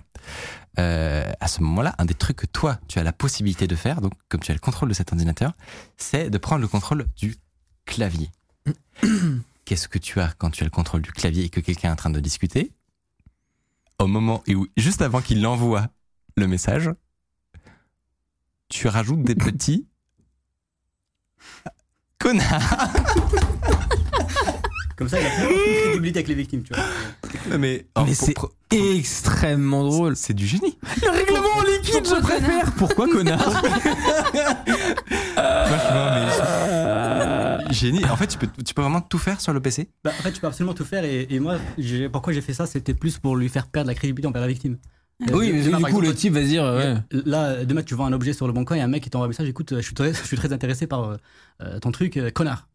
Speaker 1: Euh, à ce moment-là, un des trucs que toi, tu as la possibilité de faire, donc comme tu as le contrôle de cet ordinateur, c'est de prendre le contrôle du clavier. Qu'est-ce que tu as quand tu as le contrôle du clavier et que quelqu'un est en train de discuter Au moment et où, juste avant qu'il l'envoie le message, tu rajoutes des petits connards.
Speaker 2: Comme ça, il a plus de crédibilité avec les victimes, tu vois.
Speaker 1: Mais,
Speaker 4: Mais c'est extrêmement drôle.
Speaker 1: Oh, C'est du génie.
Speaker 4: Le règlement en liquide, je préfère. Pourquoi connard
Speaker 1: Génie. En fait, tu peux, tu peux vraiment tout faire sur le PC.
Speaker 2: Bah, en fait, tu peux absolument tout faire. Et, et moi, j'ai- pourquoi j'ai fait ça, c'était plus pour lui faire perdre la crédibilité envers la victime. Euh,
Speaker 4: Oui,
Speaker 2: il y en
Speaker 4: mais
Speaker 2: a,
Speaker 4: du
Speaker 2: par
Speaker 4: coup, le
Speaker 2: exemple,
Speaker 4: type va se dire. ouais.
Speaker 2: Là, demain, tu vends un objet sur le bon coin et un mec qui t'envoie un message écoute, euh, je suis très, je suis très intéressé par euh, euh, ton truc, euh, connard.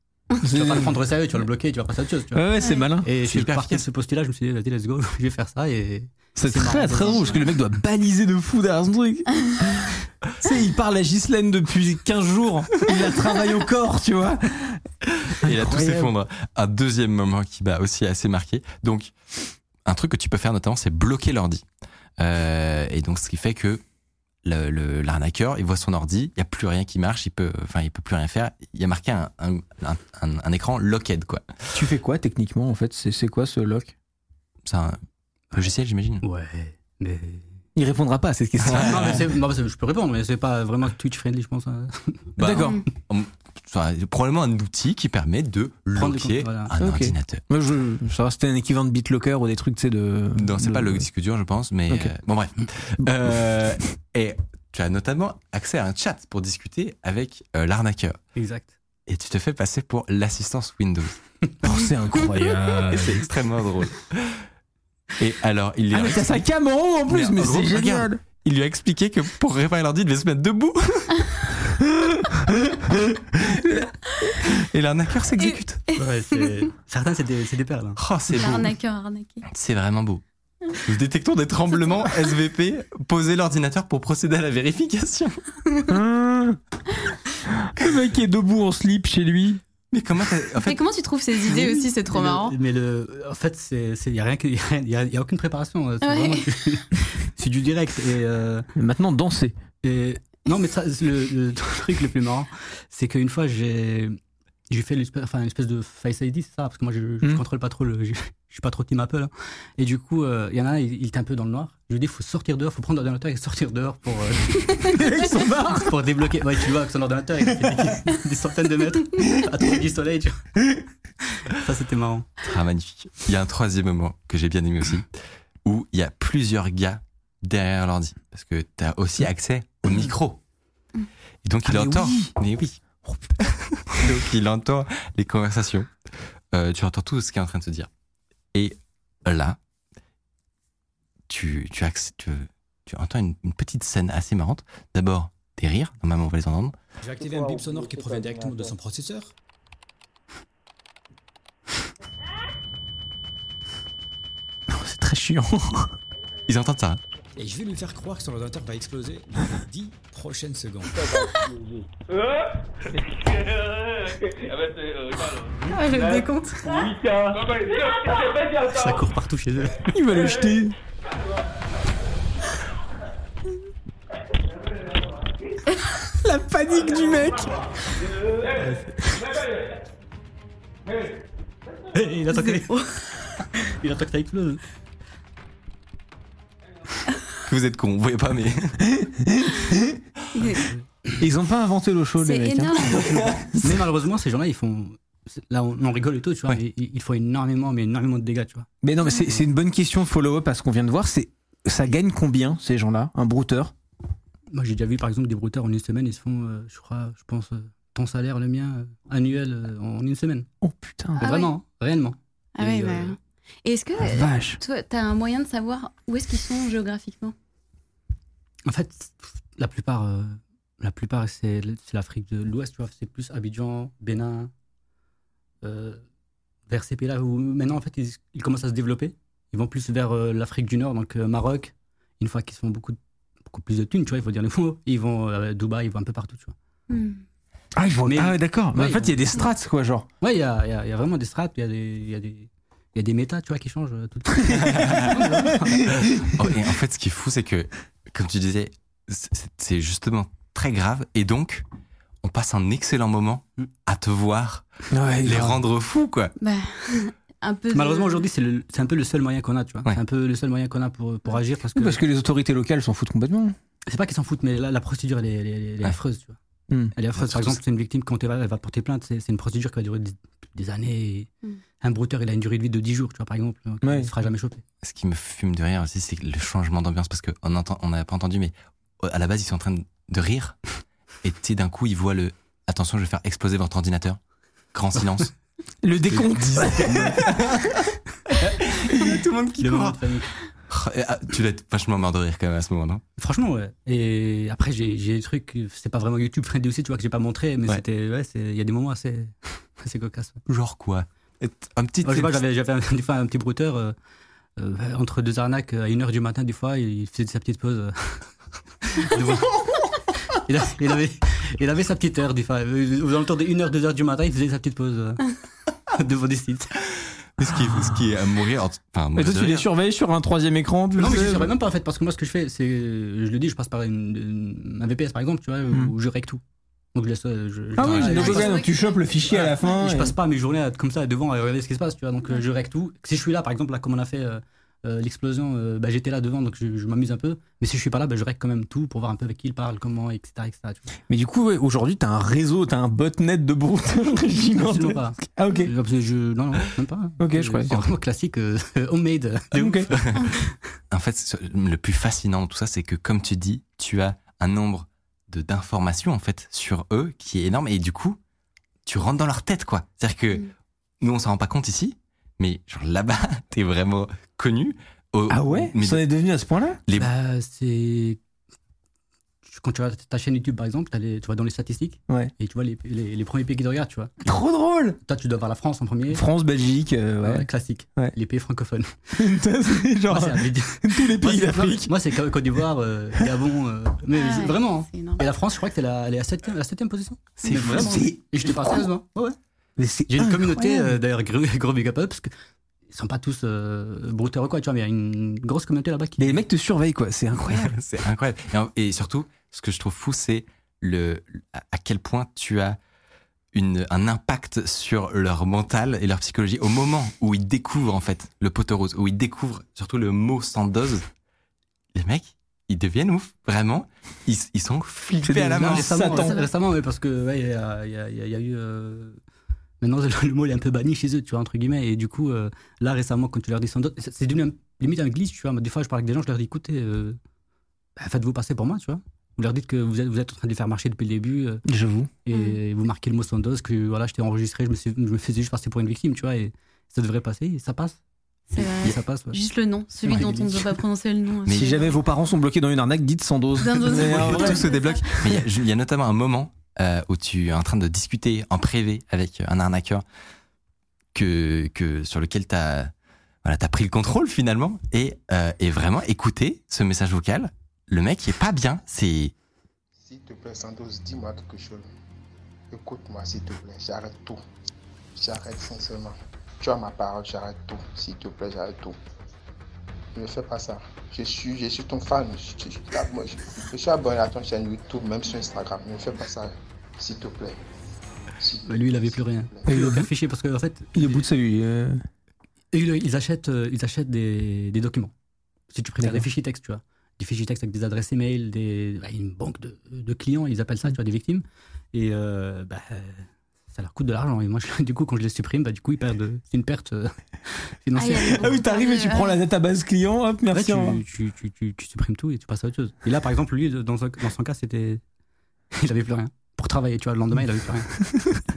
Speaker 2: Tu vas pas le prendre au sérieux, tu vas le bloquer, tu vas passer à autre chose. Tu vois.
Speaker 4: Ouais, ouais, c'est malin.
Speaker 2: Et je suis
Speaker 1: hyper
Speaker 2: parti de ce postulat, je me suis dit, vas-y, let's go, je vais faire ça. Et
Speaker 4: C'est
Speaker 2: C'est
Speaker 4: très
Speaker 2: marrant.
Speaker 4: très drôle parce que le mec doit baliser de fou derrière son truc. tu sais, il parle à Ghislaine depuis 15 jours. Il la travaille au corps, tu vois.
Speaker 1: Et là, tout
Speaker 4: Incroyable.
Speaker 1: s'effondre. Un deuxième moment qui m'a aussi assez marqué. Donc, un truc que tu peux faire notamment, c'est bloquer l'ordi. Euh, et donc, ce qui fait que le- le- l'arnaqueur, il voit son ordi, il n'y a plus rien qui marche, il peut, enfin, il peut plus rien faire. Il y a marqué un, un- un- un- un écran locked, quoi.
Speaker 4: Tu fais quoi techniquement en fait C'est quoi ce lock
Speaker 1: C'est un logiciel, j'imagine.
Speaker 2: ouais, mais.
Speaker 4: Il répondra pas à cette question.
Speaker 2: non, mais c'est- non, mais c'est- je peux répondre, mais c'est pas vraiment Twitch friendly, je pense. hein.
Speaker 1: Bah,
Speaker 4: Euh, D'accord.
Speaker 3: Mm.
Speaker 1: enfin, probablement un outil qui permet de
Speaker 2: Prendre le
Speaker 1: locker
Speaker 2: contrôle, voilà.
Speaker 1: un
Speaker 4: Ok.
Speaker 1: ordinateur.
Speaker 4: Moi, je, je sais pas, c'était un équivalent de BitLocker ou des trucs, tu sais, de.
Speaker 1: Non, c'est
Speaker 4: de-
Speaker 1: pas le disque dur, je pense, mais
Speaker 4: Euh. Ok.
Speaker 1: euh, bon, bref. Euh, et tu as notamment accès à un chat pour discuter avec euh, l'arnaqueur.
Speaker 2: Exact.
Speaker 1: Et tu te fais passer pour l'assistance Windows.
Speaker 4: Oh, c'est incroyable.
Speaker 1: Et c'est extrêmement drôle. Et alors, il lui,
Speaker 4: Ah,
Speaker 1: a,
Speaker 4: mais t'as sa cam en haut en plus,
Speaker 1: Mais
Speaker 4: mais
Speaker 1: en gros,
Speaker 4: c'est
Speaker 1: regarde.
Speaker 4: génial.
Speaker 1: il lui a expliqué que pour réparer l'ordi, il devait se mettre debout. et l'arnaqueur s'exécute.
Speaker 2: Ouais, c'est- Certains, c'est des, c'est des perles. hein.
Speaker 1: Oh, c'est beau.
Speaker 3: L'arnaqueur arnaqué.
Speaker 1: C'est vraiment beau. Nous détectons des tremblements SVP. Posez l'ordinateur pour procéder à la vérification.
Speaker 4: Hum. le mec est debout en slip chez lui.
Speaker 1: Mais comment t'as- en
Speaker 3: Mais
Speaker 1: fait,
Speaker 3: comment tu trouves ces idées aussi C'est trop
Speaker 2: mais le-
Speaker 3: marrant.
Speaker 2: mais le, en fait, c'est, c'est, y a rien que, y a, y a- y a aucune préparation. euh, C'est,
Speaker 3: Ouais.
Speaker 2: vraiment du, c'est du direct. Et, euh,
Speaker 4: Maintenant, danser.
Speaker 2: et- non, mais ça, c'est le, le truc le plus marrant, c'est qu'une fois, j'ai, j'ai fait l'espèce, enfin, une espèce de Face ID, c'est ça, parce que moi, je, je
Speaker 4: Mhm.
Speaker 2: contrôle pas trop le, je, je suis pas trop team Apple. hein. Et du coup, il y en a, un, il, il était un peu dans le noir. Je lui dis, faut sortir dehors, faut prendre l'ordinateur et sortir dehors pour, euh, pour débloquer. Ouais, tu le vois, avec son ordinateur, il fait des, des centaines de mètres à trouver du soleil, tu vois. Ça, c'était marrant.
Speaker 1: Ah, magnifique. Il y a un troisième moment que j'ai bien aimé aussi, où il y a plusieurs gars derrière l'ordi, parce que tu as aussi accès au micro. Et donc il
Speaker 4: Ah, mais
Speaker 1: entend.
Speaker 4: oui.
Speaker 1: Mais oui. donc il entend les conversations. Euh, tu entends tout ce qui est en train de se dire. Et là, tu, tu, acc- tu, tu entends une, une petite scène assez marrante. D'abord, des rires, normalement on va les entendre.
Speaker 5: Je vais activer un bip sonore qui provient directement de son processeur.
Speaker 4: C'est très chiant.
Speaker 1: Ils entendent ça. hein.
Speaker 5: Et je vais lui faire croire que son ordinateur va exploser dans les 10 prochaines secondes.
Speaker 3: Ah, je me décompte.
Speaker 2: Ça court partout chez eux.
Speaker 4: Il va le jeter. La panique du mec.
Speaker 2: Il attend que Il attend que ça explose.
Speaker 1: Que vous êtes con, vous voyez pas, mais.
Speaker 4: Ils ont pas inventé l'eau chaude, les
Speaker 3: C'est
Speaker 4: mecs. hein.
Speaker 3: énorme.
Speaker 2: Mais malheureusement, ces gens-là, ils font. c'est- Là, on on rigole et tout, tu vois. mais Ils ils font énormément, mais énormément de dégâts, tu vois.
Speaker 4: Mais non, mais c'est c'est une bonne question follow-up à ce qu'on vient de voir. C'est ça gagne combien ces gens-là, un brouteur
Speaker 2: Moi, j'ai déjà vu, par exemple, des brouteurs en une semaine, ils se font, euh, je crois, je pense, euh, ton salaire, le mien, euh, annuel, euh, en une semaine.
Speaker 4: Oh putain,
Speaker 2: Mais
Speaker 3: Ah
Speaker 2: vraiment, hein, réellement.
Speaker 3: Ah
Speaker 2: Et,
Speaker 3: ouais,
Speaker 2: euh,
Speaker 3: bah. Et est-ce que
Speaker 4: la vache.
Speaker 3: toi, t'as un moyen de savoir où est-ce qu'ils sont géographiquement
Speaker 2: En fait, la plupart, euh, la plupart c'est c'est l'Afrique de l'Ouest, tu vois. C'est plus Abidjan, Bénin, euh, vers ces pays-là où maintenant, en fait, ils, ils commencent à se développer. Ils vont plus vers euh, l'Afrique du Nord, donc euh, Maroc. Une fois qu'ils font beaucoup, beaucoup plus de thunes, tu vois, il faut dire les mots. Ils vont euh, à Dubaï, ils vont un peu partout, tu vois.
Speaker 3: Hmm.
Speaker 4: Ah, ils vont-
Speaker 2: Mais-
Speaker 4: ah ouais, d'accord. Mais
Speaker 2: Ouais,
Speaker 4: en fait,
Speaker 2: ils
Speaker 4: il y a des strates, quoi, genre.
Speaker 2: Ouais, il y a, il y a- il y a vraiment des strates, il y a des, il y a des, il y a des méta, tu vois, qui changent euh, tout le temps.
Speaker 1: Oh, et en fait, ce qui est fou, c'est que, comme tu disais, c'est c'est justement très grave. Et donc, on passe un excellent moment
Speaker 2: Mm.
Speaker 1: à te voir
Speaker 4: Ouais,
Speaker 1: les rendre fous, quoi.
Speaker 3: Bah, un peu. de-
Speaker 2: Malheureusement, aujourd'hui, c'est le- c'est un peu le seul moyen qu'on a, tu vois.
Speaker 1: Ouais.
Speaker 2: C'est un peu le seul moyen qu'on a pour, pour agir parce que,
Speaker 4: Parce que les autorités locales s'en foutent complètement.
Speaker 2: c'est pas qu'ils s'en foutent, mais la, la procédure, elle est, elle est- elle est
Speaker 1: Ouais.
Speaker 2: affreuse, tu vois.
Speaker 4: Hmm.
Speaker 2: Elle est affreuse. Par
Speaker 1: Surtout-
Speaker 2: exemple, c'est une victime, quand elle va, elle va porter plainte, c'est c'est une procédure qui va durer des, des années. et
Speaker 1: Hmm.
Speaker 3: Mm.
Speaker 2: Un brouteur, il a une durée de vie de 10 jours, tu vois, par exemple. donc
Speaker 4: Ouais.
Speaker 2: Il ne sera jamais chopé.
Speaker 1: ce qui me fume de rire aussi, c'est le changement d'ambiance parce qu'on n'avait on n'avait pas entendu, mais euh, à la base, ils sont en train de rire. Et tu sais, d'un coup, ils voient le attention, je vais faire exploser votre ordinateur. Grand silence.
Speaker 4: Le décompte.
Speaker 1: tout le monde
Speaker 2: Le moment de famille. Ah,
Speaker 1: Tu dois être vachement mort de rire quand même à ce moment, non
Speaker 2: Franchement, ouais. Et après, j'ai j'ai des trucs, c'est pas vraiment YouTube, Friendly aussi, tu vois, que j'ai pas montré, mais
Speaker 1: Ouais.
Speaker 2: c'était, ouais, c'est- il y a des moments assez, assez cocasses. ouais.
Speaker 1: Genre quoi Un petit.
Speaker 2: Moi, je sais pas, j'avais j'avais un- des fois un petit brouteur euh, euh, entre deux arnaques euh, à 1h du matin, des fois, il faisait sa petite pause. euh, devant- il, a- il avait, il avait sa petite heure, des fois. euh, Aux alentours de 1h, 2h du matin, il faisait sa petite pause euh, devant des sites.
Speaker 1: Mais ce, qui est, ce qui est à mourir. en- Enfin,
Speaker 4: Et
Speaker 1: mourir
Speaker 4: toi,
Speaker 1: de
Speaker 4: tu les
Speaker 1: rire.
Speaker 4: surveilles sur un troisième écran. tu le
Speaker 2: Non, mais je
Speaker 4: sais.
Speaker 2: ne saurais même pas en fait, parce que moi, ce que je fais, c'est. Je le dis, je passe par une, une- un VPS par exemple, tu vois,
Speaker 4: Hmm.
Speaker 2: où je règle tout. Donc je laisse. euh, Je, je-
Speaker 4: Ah oui,
Speaker 2: je-
Speaker 4: j'ai
Speaker 2: je
Speaker 4: donc,
Speaker 2: passe-
Speaker 4: ouais, donc tu chopes le fichier à la fin.
Speaker 2: Je
Speaker 4: et-
Speaker 2: passe pas mes journées à être comme ça devant à regarder ce qui se passe, tu vois. Donc euh, je règle tout. Si je suis là, par exemple, là, comme on a fait euh, euh, l'explosion, euh, bah, j'étais là devant, donc je, je m'amuse un peu. Mais si je suis pas là, bah, je règle quand même tout pour voir un peu avec qui il parle, comment, etc. etc. tu vois.
Speaker 4: Mais du coup, ouais, aujourd'hui, t'as un réseau, t'as un botnet de brouteurs
Speaker 2: Absolument
Speaker 4: gigantesque.
Speaker 2: pas.
Speaker 4: Ah, ok.
Speaker 2: Euh, parce que Je, non, non, même pas. hein.
Speaker 4: Ok, je
Speaker 2: C'est-
Speaker 4: croyais.
Speaker 2: C'est vraiment classique, euh, homemade. de
Speaker 4: Ok.
Speaker 2: ouf.
Speaker 1: En fait, ce- le plus fascinant dans tout ça, c'est que comme tu dis, tu as un nombre de d'informations en fait sur eux qui est énorme et du coup, tu rentres dans leur tête quoi. C'est-à-dire que
Speaker 3: Mm.
Speaker 1: nous on s'en rend pas compte ici, mais genre là-bas, t'es vraiment connu. Au-
Speaker 4: Ah ouais
Speaker 1: mais
Speaker 4: Ça en est devenu à ce point-là
Speaker 2: Bah, c'est. Quand tu regardes ta chaîne YouTube, par exemple, t'as les- tu vas dans les statistiques
Speaker 4: Ouais.
Speaker 2: et tu vois les, les, les premiers pays qui te regardent, tu vois.
Speaker 4: Trop drôle
Speaker 2: Toi, tu dois voir la France en premier.
Speaker 4: France, Belgique, euh, ouais.
Speaker 2: Ouais, Classique.
Speaker 4: Ouais.
Speaker 2: Les pays francophones.
Speaker 4: C'est
Speaker 2: Moi,
Speaker 4: genre
Speaker 2: c'est Abidjan.
Speaker 4: tous
Speaker 2: Moi,
Speaker 4: les pays
Speaker 2: c'est-
Speaker 4: d'Afrique.
Speaker 2: Moi, c'est Côte Côte d'Ivoire, euh, Gabon. euh, mais
Speaker 3: Ah ouais,
Speaker 2: vraiment. hein.
Speaker 3: C'est énorme.
Speaker 2: Et la France, je crois que c'est la, elle est à 7 la 7 position.
Speaker 1: C'est
Speaker 2: Mais vraiment.
Speaker 1: c'est-
Speaker 2: Et je te parle sérieusement. Ouais, ouais.
Speaker 4: Mais c'est
Speaker 2: J'ai une communauté,
Speaker 4: incroyable.
Speaker 2: euh, d'ailleurs, gros, gros big up parce que ils sont pas tous euh, brouteurs ou quoi, tu vois, mais il y a une grosse communauté là-bas qui.
Speaker 4: Mais les mecs te surveillent, quoi. C'est incroyable.
Speaker 1: c'est incroyable. Et en- Et, surtout, ce que je trouve fou, c'est le à à quel point tu as une, un impact sur leur mental et leur psychologie au moment où ils découvrent en fait le poteau rose, où ils découvrent surtout le mot sans dose. Les mecs, ils deviennent ouf, vraiment. Ils, ils sont
Speaker 4: C'est des
Speaker 1: flippés
Speaker 3: Ah,
Speaker 1: à la
Speaker 4: nains.
Speaker 1: main.
Speaker 2: récemment,
Speaker 4: Satan.
Speaker 2: ouais, récemment, ouais, parce que ouais, il y, a- il y a- il y a- il y a eu. euh, Maintenant, le le mot il est un peu banni chez eux, tu vois, entre guillemets. Et du coup, euh, là, récemment, quand tu leur dis sans doute, c'est c'est devenu un- limite un glitch, tu vois. Moi, Des fois, je parle avec des gens, je leur dis écoutez, euh, bah, faites-vous passer pour moi, tu vois. Vous leur dites que vous êtes, vous êtes en train de les faire marcher depuis le début. euh,
Speaker 4: J'avoue.
Speaker 3: Mm.
Speaker 2: et vous marquez le mot Sandoz que voilà j'étais enregistré je me, suis- je me faisais juste passer pour une victime tu vois et ça devrait passer et ça passe
Speaker 3: C'est
Speaker 2: et
Speaker 3: vrai.
Speaker 2: ça passe ouais.
Speaker 3: Juste le nom, celui
Speaker 4: Ouais.
Speaker 3: dont on ne peut pas prononcer le nom.
Speaker 1: Mais-
Speaker 4: Si jamais vos parents sont bloqués dans une arnaque, dites sans dose.
Speaker 3: Dans nos-
Speaker 4: Mais euh, en
Speaker 3: Ouais,
Speaker 4: vrai,
Speaker 1: tout
Speaker 3: c'est
Speaker 1: se
Speaker 3: ça.
Speaker 1: débloque. Mais il y a- je- il y, a notamment un moment euh, où tu es en train de discuter en privé avec euh, un arnaqueur que, que, sur lequel tu as, voilà, t'as pris le contrôle finalement. Et, euh, et vraiment, écouter ce message vocal, le mec il est pas bien. C'est
Speaker 6: S'il te plaît, Santos, dis-moi quelque chose. Écoute-moi, s'il te plaît, j'arrête tout. J'arrête sincèrement. Tu as ma parole, j'arrête tout. S'il te plaît, j'arrête tout. Ne fais pas ça. Je suis, je suis ton fan. Je, je- je- moi, je- je suis abonné à ton chaîne YouTube, même sur Instagram. Ne fais pas ça, s'il te plaît. S'il te
Speaker 2: Bah, lui il avait
Speaker 6: plaît,
Speaker 2: plus
Speaker 6: s'il te
Speaker 2: rien
Speaker 6: plaît.
Speaker 2: il lui a aucun fichier parce que en fait
Speaker 4: Il est au bout de sa vie. euh.
Speaker 2: eux, ils ils achètent euh, ils achètent des, des documents si tu préfères des
Speaker 4: D'accord.
Speaker 2: fichiers texte tu vois des fichiers texte avec des adresses email des bah, une banque de, de clients ils appellent ça tu vois des victimes et euh, bah, ça leur coûte de l'argent. Et moi, je- du coup, quand je les supprime, bah, du coup, ils perdent. C'est une perte euh, financière.
Speaker 4: Ah oui, t'arrives et tu prends la database client, hop,
Speaker 2: Ouais,
Speaker 4: merci.
Speaker 2: tu,
Speaker 4: au revoir.
Speaker 2: tu- tu- tu- tu supprimes tout et tu passes à autre chose. Et là, par exemple, lui, dans son, dans son cas, c'était. Il avait plus rien. Pour travailler, tu vois, le lendemain, il avait plus rien.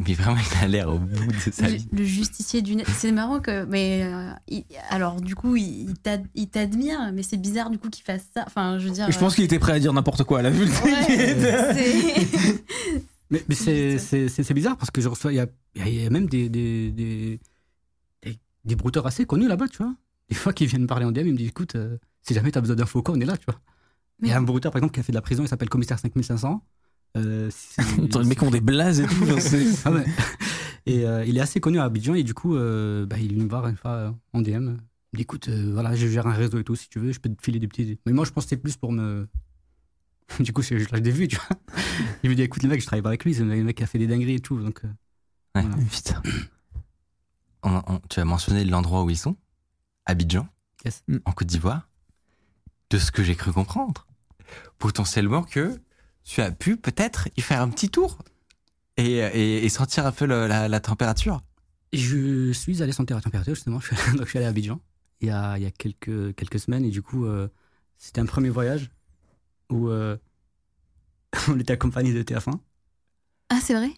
Speaker 1: Mais vraiment, il a l'air au bout de sa vie.
Speaker 3: Le, le justicier du net. C'est marrant que. Mais euh, il- alors, du coup, il, il t'ad- il t'admire, mais c'est bizarre du coup qu'il fasse ça. Enfin, je veux dire.
Speaker 4: Je pense qu'il était prêt à dire n'importe quoi, là, vu le
Speaker 3: euh,
Speaker 4: truc.
Speaker 3: ouais, c'est-
Speaker 2: Mais, mais c'est-
Speaker 3: Vite.
Speaker 2: c'est c'est- c'est bizarre parce que je reçois. Il y a, il y a même des, des, des, des, des brouteurs assez connus là-bas, tu vois. Des fois qu'ils viennent me parler en DM, ils me disent écoute, euh, si jamais t'as besoin d'infos, quoi, on est là, tu vois. Il y a un brouteur, par exemple, qui a fait de la prison, il s'appelle Commissaire 5500. Euh, c'est-
Speaker 4: Les mecs ont des blazes et tout. genre, c'est-
Speaker 2: Ah ouais. Et euh, il est assez connu à Abidjan et du coup, euh, bah, il est venu me voir une fois euh, en DM. Il me dit écoute, euh, voilà, je gère un réseau et tout, si tu veux, je peux te filer des petits. Mais moi, je pense que c'est plus pour me. du coup, je je lâche des vues, tu vois. Il me dit écoute, les mecs, je travaille pas avec lui, c'est le mec qui a fait des dingueries et tout. Donc, euh,
Speaker 4: Putain.
Speaker 1: On- on- tu as mentionné l'endroit où ils sont, Abidjan,
Speaker 2: Yes.
Speaker 4: Mm.
Speaker 1: en Côte d'Ivoire, de ce que j'ai cru comprendre. Potentiellement que tu as pu peut-être y faire un petit tour et, et- et sentir un peu le- la, la température.
Speaker 2: Je suis allé sentir la température, justement. Je suis allé, donc je suis allé à Abidjan il y a, il y a quelques, quelques semaines. Et du coup, euh, c'était un premier voyage où euh, on était accompagné de TF1.
Speaker 3: Ah, c'est vrai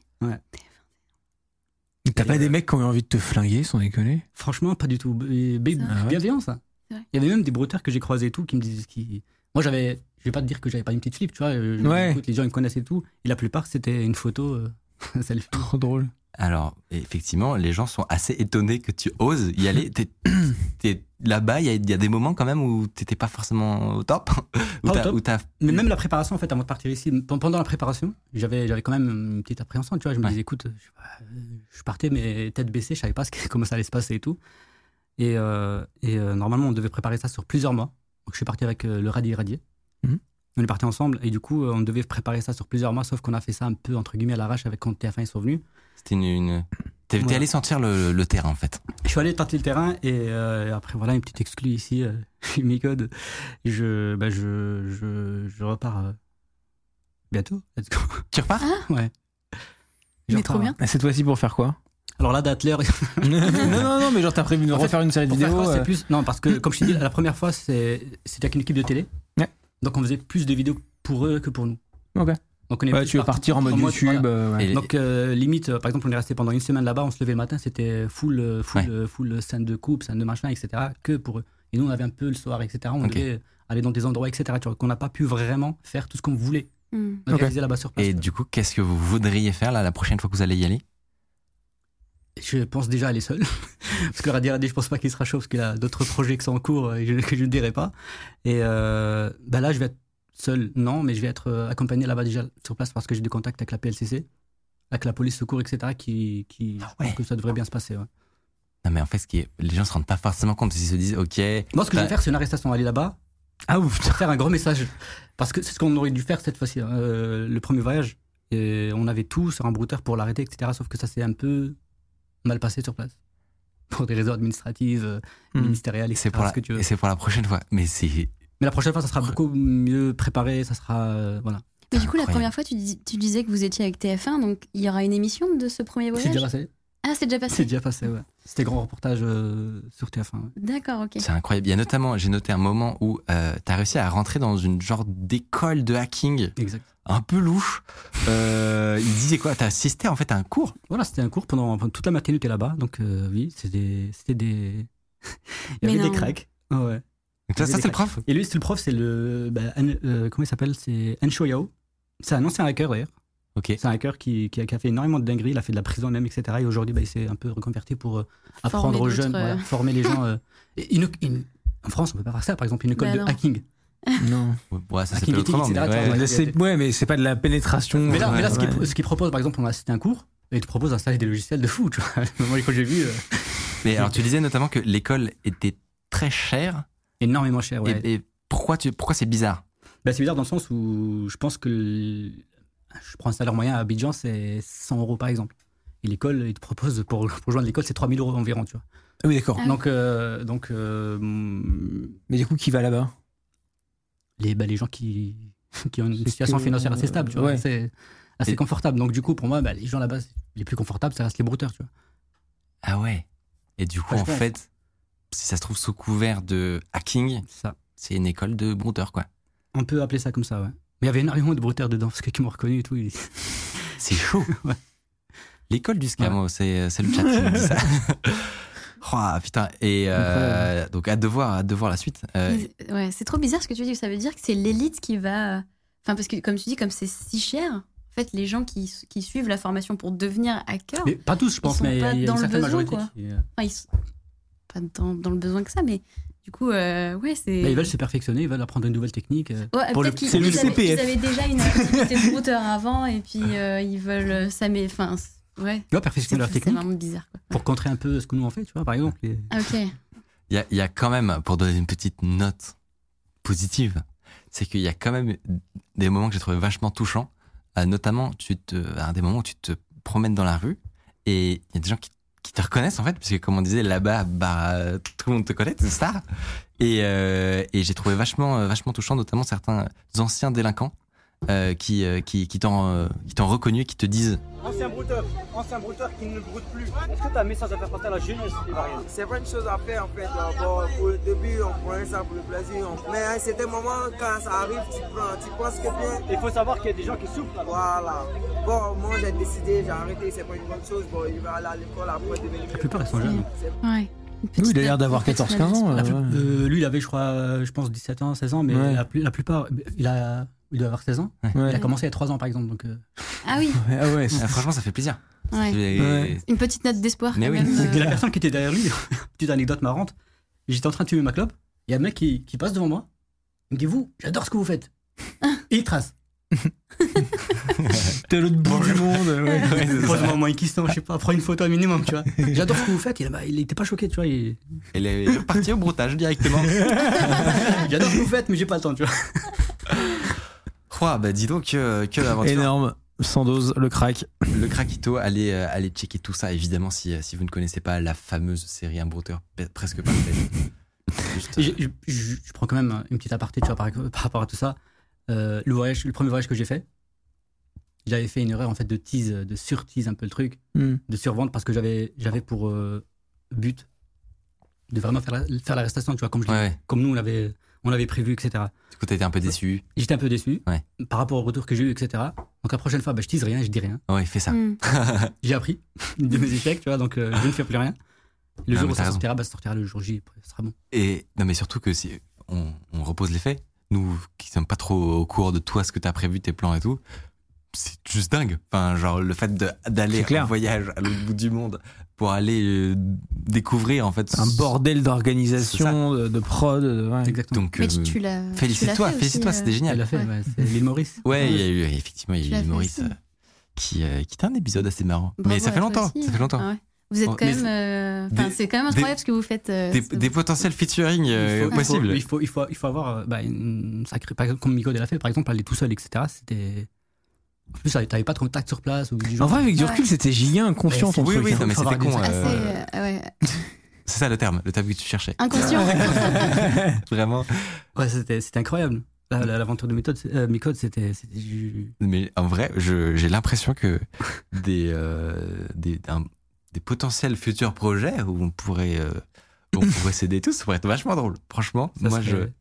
Speaker 4: T'as pas des mecs qui ont eu envie de te flinguer, sans déconner
Speaker 2: Franchement, pas du tout. B- b-
Speaker 3: C'est
Speaker 4: vrai.
Speaker 2: bienveillant, ça.
Speaker 3: C'est vrai.
Speaker 2: Il y avait même des brouteurs que j'ai croisés et tout qui me disaient. Qui... Moi, j'avais. Je vais pas te dire que j'avais pas une petite flip, tu vois. je- je-
Speaker 4: Ouais.
Speaker 2: écoute, les gens, ils me connaissaient et tout. Et la plupart, c'était une photo. euh, selfie.
Speaker 4: Trop drôle.
Speaker 1: Alors, effectivement, les gens sont assez étonnés que tu oses y aller. T'es- t'es- Là-bas, il y, a- il y a des moments quand même où t'étais pas forcément au top. Où
Speaker 2: Pas au
Speaker 1: t'as-
Speaker 2: top.
Speaker 1: où t'as-
Speaker 2: Mais même la préparation, en fait, avant de partir ici, pen- pendant la préparation, j'avais j'avais quand même une petite appréhension, tu vois. Je me
Speaker 1: Ouais.
Speaker 2: disais, écoute, je, euh, je partais, mais tête baissée, je savais pas ce que- comment ça allait se passer et tout. Et, euh, et, euh, normalement, on devait préparer ça sur plusieurs mois. Donc, je suis parti avec euh, le Radi Radier.
Speaker 4: Mhm.
Speaker 2: On est parti ensemble et du coup, euh, on devait préparer ça sur plusieurs mois, sauf qu'on a fait ça un peu, entre guillemets, à l'arrache avec quand TF1 ils sont venus.
Speaker 1: C'était une. une- T'es t'es
Speaker 2: Voilà.
Speaker 1: allé sentir le, le terrain en fait.
Speaker 2: Je suis allé tenter le terrain et euh, après, voilà, une petite exclue ici, euh, chez Micode. Je, bah, je, je, je repars euh, bientôt. Let's go.
Speaker 1: Tu repars
Speaker 2: Ouais.
Speaker 3: Mais
Speaker 2: Genre,
Speaker 3: trop
Speaker 2: euh,
Speaker 3: bien.
Speaker 4: Ah, Cette fois-ci pour faire quoi
Speaker 2: Alors là, Datler,
Speaker 4: Non, non, non, mais genre t'as prévu de
Speaker 2: En fait,
Speaker 4: refaire une série de
Speaker 2: pour faire
Speaker 4: vidéos.
Speaker 2: quoi, c'est
Speaker 4: euh,
Speaker 2: plus. Non, parce que comme je t'ai dit, la première fois, c'est- c'était avec une équipe de télé.
Speaker 4: Ouais.
Speaker 2: Donc on faisait plus de vidéos pour eux que pour nous.
Speaker 4: Ok.
Speaker 2: Donc on est
Speaker 4: Ouais,
Speaker 2: plus
Speaker 4: tu veux
Speaker 2: parti-
Speaker 4: partir en mode YouTube.
Speaker 2: voilà.
Speaker 4: euh, ouais.
Speaker 1: Et-
Speaker 2: Donc euh, limite, euh, par exemple, on est resté pendant une semaine là-bas, on se levait le matin, c'était full, euh, full,
Speaker 1: Ouais.
Speaker 2: euh, full scène de coupe, scène de machin, etc. Que pour eux. Et nous, on avait un peu le soir, etc. On
Speaker 1: Ok.
Speaker 2: devait aller dans des endroits, etc. tu vois, Qu'on n'a pas pu vraiment faire tout ce qu'on voulait
Speaker 3: Hmm.
Speaker 4: Ok.
Speaker 2: réaliser là-bas sur place.
Speaker 1: Et du coup, qu'est-ce que vous voudriez faire là la prochaine fois que vous allez y aller
Speaker 2: Je pense déjà aller seul. parce que Radia Radé, je pense pas qu'il sera chaud parce qu'il a d'autres projets qui sont en cours et je- que je ne dirai pas. Et euh, bah là, je vais être seul, non, mais je vais être euh, accompagné là-bas déjà sur place parce que j'ai des contacts avec la PLCC, avec la police secours, etc. qui, qui
Speaker 1: Ah
Speaker 2: je pense
Speaker 1: ouais.
Speaker 2: que ça devrait bien se passer. ouais.
Speaker 1: Non, mais en fait, ce qui est- les gens se rendent pas forcément compte. Ils se disent, OK.
Speaker 2: Moi, ce que je vais
Speaker 1: Bah-
Speaker 2: faire, c'est une arrestation. Aller là-bas,
Speaker 4: Ah ouf, putain.
Speaker 2: faire un gros message. Parce que c'est ce qu'on aurait dû faire cette fois-ci, hein, euh, le premier voyage. Et on avait tout sur un brouteur pour l'arrêter, etc. Sauf que ça s'est un peu mal passé sur place. Pour des raisons administratives, euh,
Speaker 4: Hmm.
Speaker 2: ministérielles,
Speaker 1: Et
Speaker 2: etc.
Speaker 1: c'est pour,
Speaker 2: ce
Speaker 1: la-
Speaker 2: que tu veux.
Speaker 1: et c'est pour la prochaine fois. Mais c'est.
Speaker 2: Mais la prochaine fois, ça sera beaucoup mieux préparé, ça sera. euh, voilà.
Speaker 3: Mais du coup, la
Speaker 1: Incroyable.
Speaker 3: première fois, tu, dis- tu disais que vous étiez avec TF1, donc il y aura une émission de ce premier
Speaker 2: C'est
Speaker 3: voyage
Speaker 2: déjà passé.
Speaker 3: Ah, c'est déjà
Speaker 2: C'est
Speaker 3: passé.
Speaker 2: déjà passé, ouais. C'était grand reportage euh, sur TF1. ouais.
Speaker 3: D'accord, ok.
Speaker 1: C'est incroyable. Il y a notamment, j'ai noté un moment où euh, t'as réussi à rentrer dans une genre d'école de hacking
Speaker 2: Exact.
Speaker 1: un peu louche. Euh, il disait quoi T'as assisté en fait à un cours
Speaker 2: Voilà, c'était un cours pendant pendant toute la matinée, t'es là-bas. Donc, euh, oui, c'était c'était des. Il
Speaker 3: Mais
Speaker 2: y avait
Speaker 3: non.
Speaker 2: des cracks. Ah ouais.
Speaker 1: Donc là, ça, c'est le prof.
Speaker 2: Et lui, c'est le prof, c'est le. bah, An- euh, comment il s'appelle C'est Anshu Yao. C'est un ancien hacker d'ailleurs.
Speaker 1: Ok.
Speaker 2: C'est un hacker qui, qui a, qui a fait énormément de dingueries, il a fait de la prison même, etc. Et aujourd'hui, bah, il s'est un peu reconverti pour euh, apprendre aux
Speaker 3: d'autres,
Speaker 2: jeunes,
Speaker 3: euh,
Speaker 2: voilà, former les gens. euh. Et une- une- en France, on peut pas faire ça, par exemple, une école
Speaker 3: Bah
Speaker 2: de
Speaker 3: non.
Speaker 2: hacking.
Speaker 4: Non.
Speaker 1: Ouais, ça
Speaker 2: Hacking
Speaker 1: s'appelle
Speaker 2: Ethics,
Speaker 1: autrement.
Speaker 2: etc.
Speaker 1: mais
Speaker 2: Tu vois,
Speaker 1: ouais.
Speaker 2: ouais.
Speaker 4: Là, c'est- Ouais, mais c'est pas de la pénétration.
Speaker 2: Mais là,
Speaker 4: ouais,
Speaker 2: mais là, ce qu'il
Speaker 4: ouais.
Speaker 2: ce qu'il propose, par exemple, on a assisté à un cours et il te propose d'installer des logiciels de fou. Tu vois. Moi, quand j'ai vu, euh,
Speaker 1: Mais alors, tu disais notamment que l'école était très chère.
Speaker 2: énormément cher.
Speaker 1: Et-
Speaker 2: Ouais.
Speaker 1: Et, pourquoi, tu, pourquoi c'est bizarre
Speaker 2: Bah, c'est bizarre dans le sens où je pense que le- je prends un salaire moyen à Abidjan, c'est 100 euros par exemple. Et l'école, il te propose pour, pour joindre l'école, c'est 3000 euros environ. Tu vois.
Speaker 4: Ah oui, d'accord.
Speaker 3: Ah.
Speaker 2: Donc, euh, donc euh, mm,
Speaker 4: Mais du coup, qui va là-bas
Speaker 2: les, bah, les gens qui, qui ont une
Speaker 4: C'est
Speaker 2: situation
Speaker 4: que-
Speaker 2: financière assez stable, tu vois,
Speaker 4: ouais.
Speaker 2: c'est assez
Speaker 1: Et-
Speaker 2: confortable. Donc, du coup, pour moi, bah, les gens là-bas, les plus confortables, ça reste les brouteurs, tu vois.
Speaker 1: Ah ouais. Et du coup,
Speaker 2: Ouais, je
Speaker 1: en
Speaker 2: pense.
Speaker 1: fait, si ça se trouve sous couvert de hacking,
Speaker 2: C'est ça.
Speaker 1: c'est une école de brouteurs, quoi.
Speaker 2: On peut appeler ça comme ça, ouais. Mais il y avait énormément de brouteurs dedans, parce que qui m'ont reconnu et tout. ils-
Speaker 1: C'est chaud.
Speaker 2: Ouais.
Speaker 1: L'école du scamo, c'est c'est le chat qui me dit ça. Oh, putain. Et euh, donc, hâte de voir, hâte de voir la suite. Euh,
Speaker 3: Mais- Ouais, c'est trop bizarre ce que tu dis. Ça veut dire que c'est l'élite qui va. Enfin, parce que comme tu dis, comme c'est si cher, en fait, les gens qui, qui suivent la formation pour devenir hacker,
Speaker 2: Mais pas tous, je pense,
Speaker 3: sont
Speaker 2: mais il y
Speaker 3: pas
Speaker 2: a il y a
Speaker 3: dans
Speaker 2: une
Speaker 3: le
Speaker 2: certaine
Speaker 3: besoin,
Speaker 2: majorité.
Speaker 3: quoi.
Speaker 2: qui, euh,
Speaker 3: enfin, ils sont pas dans, dans le besoin que ça, mais du coup, euh, ouais, c'est.
Speaker 2: bah, ils veulent se perfectionner, ils veulent apprendre une nouvelle technique. euh.
Speaker 3: Ouais,
Speaker 4: Pour
Speaker 3: peut-être
Speaker 4: le-
Speaker 3: qu'ils
Speaker 4: c'est le
Speaker 3: ils avaient, ils
Speaker 4: CPF.
Speaker 3: avaient déjà une activité de routeur avant et puis euh, ils veulent euh, ça mais enfin c- ouais.
Speaker 2: Tu vois,
Speaker 3: C'est
Speaker 2: perfectionner leur
Speaker 3: c'est
Speaker 2: technique
Speaker 3: vraiment bizarre quoi.
Speaker 2: pour contrer un peu ce que nous on fait, tu vois, par exemple. les-
Speaker 3: Ah, OK.
Speaker 1: Il y a, il y a quand même, pour donner une petite note positive, c'est qu'il y a quand même des moments que j'ai trouvé vachement touchants. Euh, notamment, tu te, à des moments où tu te promènes dans la rue et il y a des gens qui, qui te reconnaissent en fait, parce que comme on disait là-bas, bah, euh, tout le monde te connaît, c'est ça. Et, euh, et j'ai trouvé vachement, euh, vachement touchant, notamment certains anciens délinquants euh, qui, euh, qui, qui t'ont euh, qui t'ont reconnu et qui te disent
Speaker 7: Ancien brouteur, ancien brouteur qui ne broute plus. Est-ce que tu as un message à faire passer à la jeunesse ivoirienne
Speaker 8: C'est pas une chose à faire en fait. euh, Bon, pour le début, on prenait ça pour le plaisir. on- Mais à certains moments, quand ça arrive, tu prends, tu penses que bien.
Speaker 7: Il faut savoir qu'il y a des gens qui souffrent. là-bas.
Speaker 8: Voilà. Bon, moi j'ai décidé, j'ai arrêté, c'est pas une bonne chose. Bon, il va aller à l'école après devenir.
Speaker 2: La plupart, ils sont jeunes.
Speaker 8: C'est
Speaker 3: Ouais. Une
Speaker 4: Oui,
Speaker 3: petite
Speaker 4: il a l'air
Speaker 3: note-
Speaker 4: d'avoir
Speaker 3: une petite
Speaker 4: 14-15
Speaker 3: note.
Speaker 4: ans.
Speaker 2: La
Speaker 4: euh,
Speaker 2: plus-
Speaker 4: ouais.
Speaker 2: euh, lui, il avait, je crois, euh, je pense 17 ans, 16 ans, mais
Speaker 4: Ouais.
Speaker 2: la, plus, la plupart, il a, il doit avoir 16 ans.
Speaker 4: Ouais.
Speaker 2: Il a commencé à 3 ans, par exemple. Donc, euh,
Speaker 3: Ah oui.
Speaker 4: Ouais, ah ouais, c'est-
Speaker 1: Ah, Franchement, ça fait plaisir.
Speaker 3: Ouais.
Speaker 1: Et-
Speaker 4: Ouais.
Speaker 3: Une petite note d'espoir quand
Speaker 1: Mais oui.
Speaker 3: même.
Speaker 2: Et
Speaker 3: euh,
Speaker 2: la personne qui était derrière lui, petite anecdote marrante, j'étais en train de fumer ma clope, il y a un mec qui, qui passe devant moi, il me dit Vous, j'adore ce que vous faites. Et il trace.
Speaker 4: T'es à l'autre bout du monde. ouais.
Speaker 2: Pose-moi au moins une question, je sais pas, prends une photo un minimum, tu vois. J'adore ce que vous faites, il, bah, il était pas choqué, tu vois. il-
Speaker 1: Elle est partie au broutage directement.
Speaker 2: J'adore ce que vous faites, mais j'ai pas le temps, tu vois.
Speaker 1: Ouah, bah dis donc que, que l'aventure.
Speaker 4: Énorme. Sans dose, le crack.
Speaker 1: Le Krakito, allez, euh, allez checker tout ça, évidemment, si, euh, si vous ne connaissez pas la fameuse série Un brouteur pe- presque parfait. Juste,
Speaker 2: Et
Speaker 1: euh,
Speaker 2: je, je- je- je prends quand même une petite aparté, tu vois, par, par rapport à tout ça. Euh, le, voyage, le premier voyage que j'ai fait, j'avais fait une erreur en fait de tease, de sur-tease un peu le truc,
Speaker 4: Hmm.
Speaker 2: de survendre parce que j'avais j'avais pour euh, but de vraiment faire la- faire l'arrestation, tu vois, comme, je
Speaker 1: ouais,
Speaker 2: l'ai-
Speaker 1: ouais.
Speaker 2: comme nous on l'avait on l'avait prévu, etc.
Speaker 1: Du coup, t'as été un peu déçu.
Speaker 2: J'étais un peu déçu
Speaker 1: Ouais.
Speaker 2: par rapport au retour que j'ai eu, etc. Donc la prochaine fois, bah, je tease rien, je dis rien.
Speaker 1: Ah Ouais, fais ça.
Speaker 3: hmm.
Speaker 2: J'ai appris de mes échecs, tu vois, donc euh, je ne fais plus rien.
Speaker 1: Non,
Speaker 2: Le jour
Speaker 1: Ah, mais
Speaker 2: où
Speaker 1: t'as
Speaker 2: ça
Speaker 1: raison.
Speaker 2: sortira, bah, ça sortira le jour J, après, ce sera bon.
Speaker 1: Et non, mais surtout que si on, on repose les faits, nous qui sommes pas trop au courant de toi, ce que t'as prévu, tes plans et tout, c'est juste dingue. Enfin, genre le fait de- d'aller
Speaker 4: C'est clair.
Speaker 1: en voyage à l'autre bout du monde pour aller euh, découvrir en fait
Speaker 4: Un
Speaker 1: ce-
Speaker 4: bordel d'organisation, de, de prod. de- ouais.
Speaker 2: Exactement.
Speaker 1: Donc,
Speaker 3: Mais tu,
Speaker 1: euh,
Speaker 3: tu l'as tu l'as
Speaker 1: félicite-toi,
Speaker 3: fait aussi,
Speaker 1: félicite-toi,
Speaker 3: euh,
Speaker 1: c'était
Speaker 2: Elle
Speaker 1: génial.
Speaker 2: l'a fait,
Speaker 3: Ouais.
Speaker 2: ouais, c'est l'île Maurice.
Speaker 1: Ouais, il y a eu effectivement il
Speaker 3: Mmh. Tu
Speaker 1: y a
Speaker 3: l'as
Speaker 1: eu
Speaker 3: fait
Speaker 1: Maurice
Speaker 3: aussi.
Speaker 1: euh, qui euh, qui était un épisode assez marrant.
Speaker 3: Bravo
Speaker 1: mais ça
Speaker 3: à
Speaker 1: fait
Speaker 3: toi
Speaker 1: longtemps,
Speaker 3: aussi,
Speaker 1: ça fait
Speaker 3: hein.
Speaker 1: longtemps.
Speaker 3: Ah ouais. Vous êtes
Speaker 1: Bon,
Speaker 3: quand
Speaker 1: mais
Speaker 3: même euh, enfin,
Speaker 1: des-
Speaker 3: c'est quand même incroyable ce que vous faites. euh,
Speaker 1: Des,
Speaker 3: c'est
Speaker 1: des
Speaker 3: bon.
Speaker 1: potentiels featuring euh,
Speaker 2: il faut,
Speaker 1: possibles.
Speaker 2: Il faut, il faut, il faut avoir euh, bah, une sacrée. Par exemple, comme Miko l'a fait, par exemple, aller tout seul, etc. C'était. En plus, t'avais pas de contact sur place ou du
Speaker 4: En
Speaker 2: genre.
Speaker 4: vrai, avec du recul,
Speaker 3: Ouais.
Speaker 4: c'était giga inconscient ton
Speaker 1: Oui,
Speaker 4: truc.
Speaker 1: oui,
Speaker 4: hein.
Speaker 1: non, mais
Speaker 2: Faut
Speaker 1: c'était
Speaker 2: avoir
Speaker 1: con.
Speaker 2: des-
Speaker 1: euh,
Speaker 3: Assez, euh, ouais,
Speaker 1: C'est ça le terme, le terme que tu cherchais.
Speaker 3: inconscient.
Speaker 1: Vraiment.
Speaker 2: Ouais, c'était c'était incroyable. La- la- L'aventure de méthode, c'est- euh, Miko, c'était. c'était ju-
Speaker 1: Mais en vrai, je- j'ai l'impression que des, euh, des, un- des potentiels futurs projets où on pourrait, euh, on pourrait s'aider tous, ça pourrait être vachement drôle. Franchement,
Speaker 2: ça
Speaker 1: moi
Speaker 2: serait-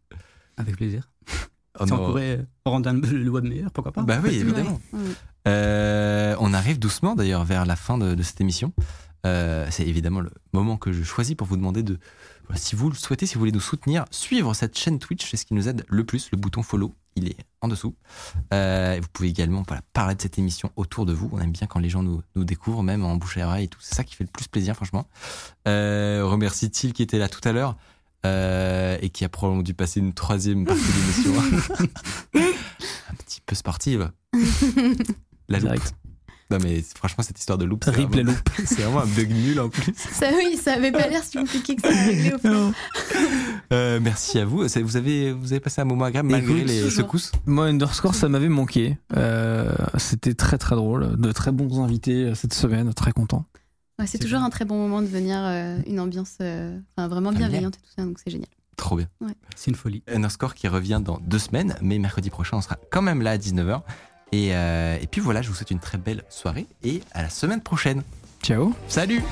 Speaker 2: Avec plaisir.
Speaker 1: je. on
Speaker 2: si on
Speaker 1: aura-
Speaker 2: pourrait euh, rendre un- le web meilleur, pourquoi pas
Speaker 1: Bah oui, évidemment.
Speaker 3: Ouais. Ouais.
Speaker 1: Euh, on arrive doucement d'ailleurs vers la fin de, de cette émission. Euh, c'est évidemment le moment que je choisis pour vous demander de, voilà, si vous le souhaitez, si vous voulez nous soutenir, suivre cette chaîne Twitch, c'est ce qui nous aide le plus. Le bouton follow, il est en dessous. Euh, et vous pouvez également voilà, parler de cette émission autour de vous. On aime bien quand les gens nous, nous découvrent, même en bouche à oreille et tout. C'est ça qui fait le plus plaisir, franchement. Euh, on remercie Thiel qui était là tout à l'heure euh, et qui a probablement dû passer une troisième partie de l'émission. Un petit peu sportive. La loupe.
Speaker 4: Direct.
Speaker 1: Non mais franchement cette histoire de loupe, c'est
Speaker 4: Rip la
Speaker 1: vraiment,
Speaker 4: loupe.
Speaker 1: c'est vraiment un bug nul en plus.
Speaker 3: Ça oui, ça avait pas l'air si compliqué que ça. à régler, au final.
Speaker 1: Euh, merci à vous. C'est- Vous avez vous avez passé un moment agréable malgré
Speaker 4: Écoute,
Speaker 1: les
Speaker 3: toujours.
Speaker 1: secousses.
Speaker 4: Moi, Underscore, ça m'avait manqué. Euh, c'était très très drôle. De très bons invités euh, cette semaine, très content.
Speaker 3: Ouais, c'est
Speaker 2: C'est
Speaker 3: toujours
Speaker 2: bien.
Speaker 3: un très bon moment de venir euh, une ambiance euh, enfin, vraiment
Speaker 1: Familiale.
Speaker 3: bienveillante et tout ça, donc c'est génial.
Speaker 1: Trop bien.
Speaker 2: C'est une folie.
Speaker 1: Underscore qui revient dans deux semaines, mais mercredi prochain on sera quand même là à 19h. Et, euh, et puis voilà, je vous souhaite une très belle soirée et à la semaine prochaine.
Speaker 4: Ciao.
Speaker 1: Salut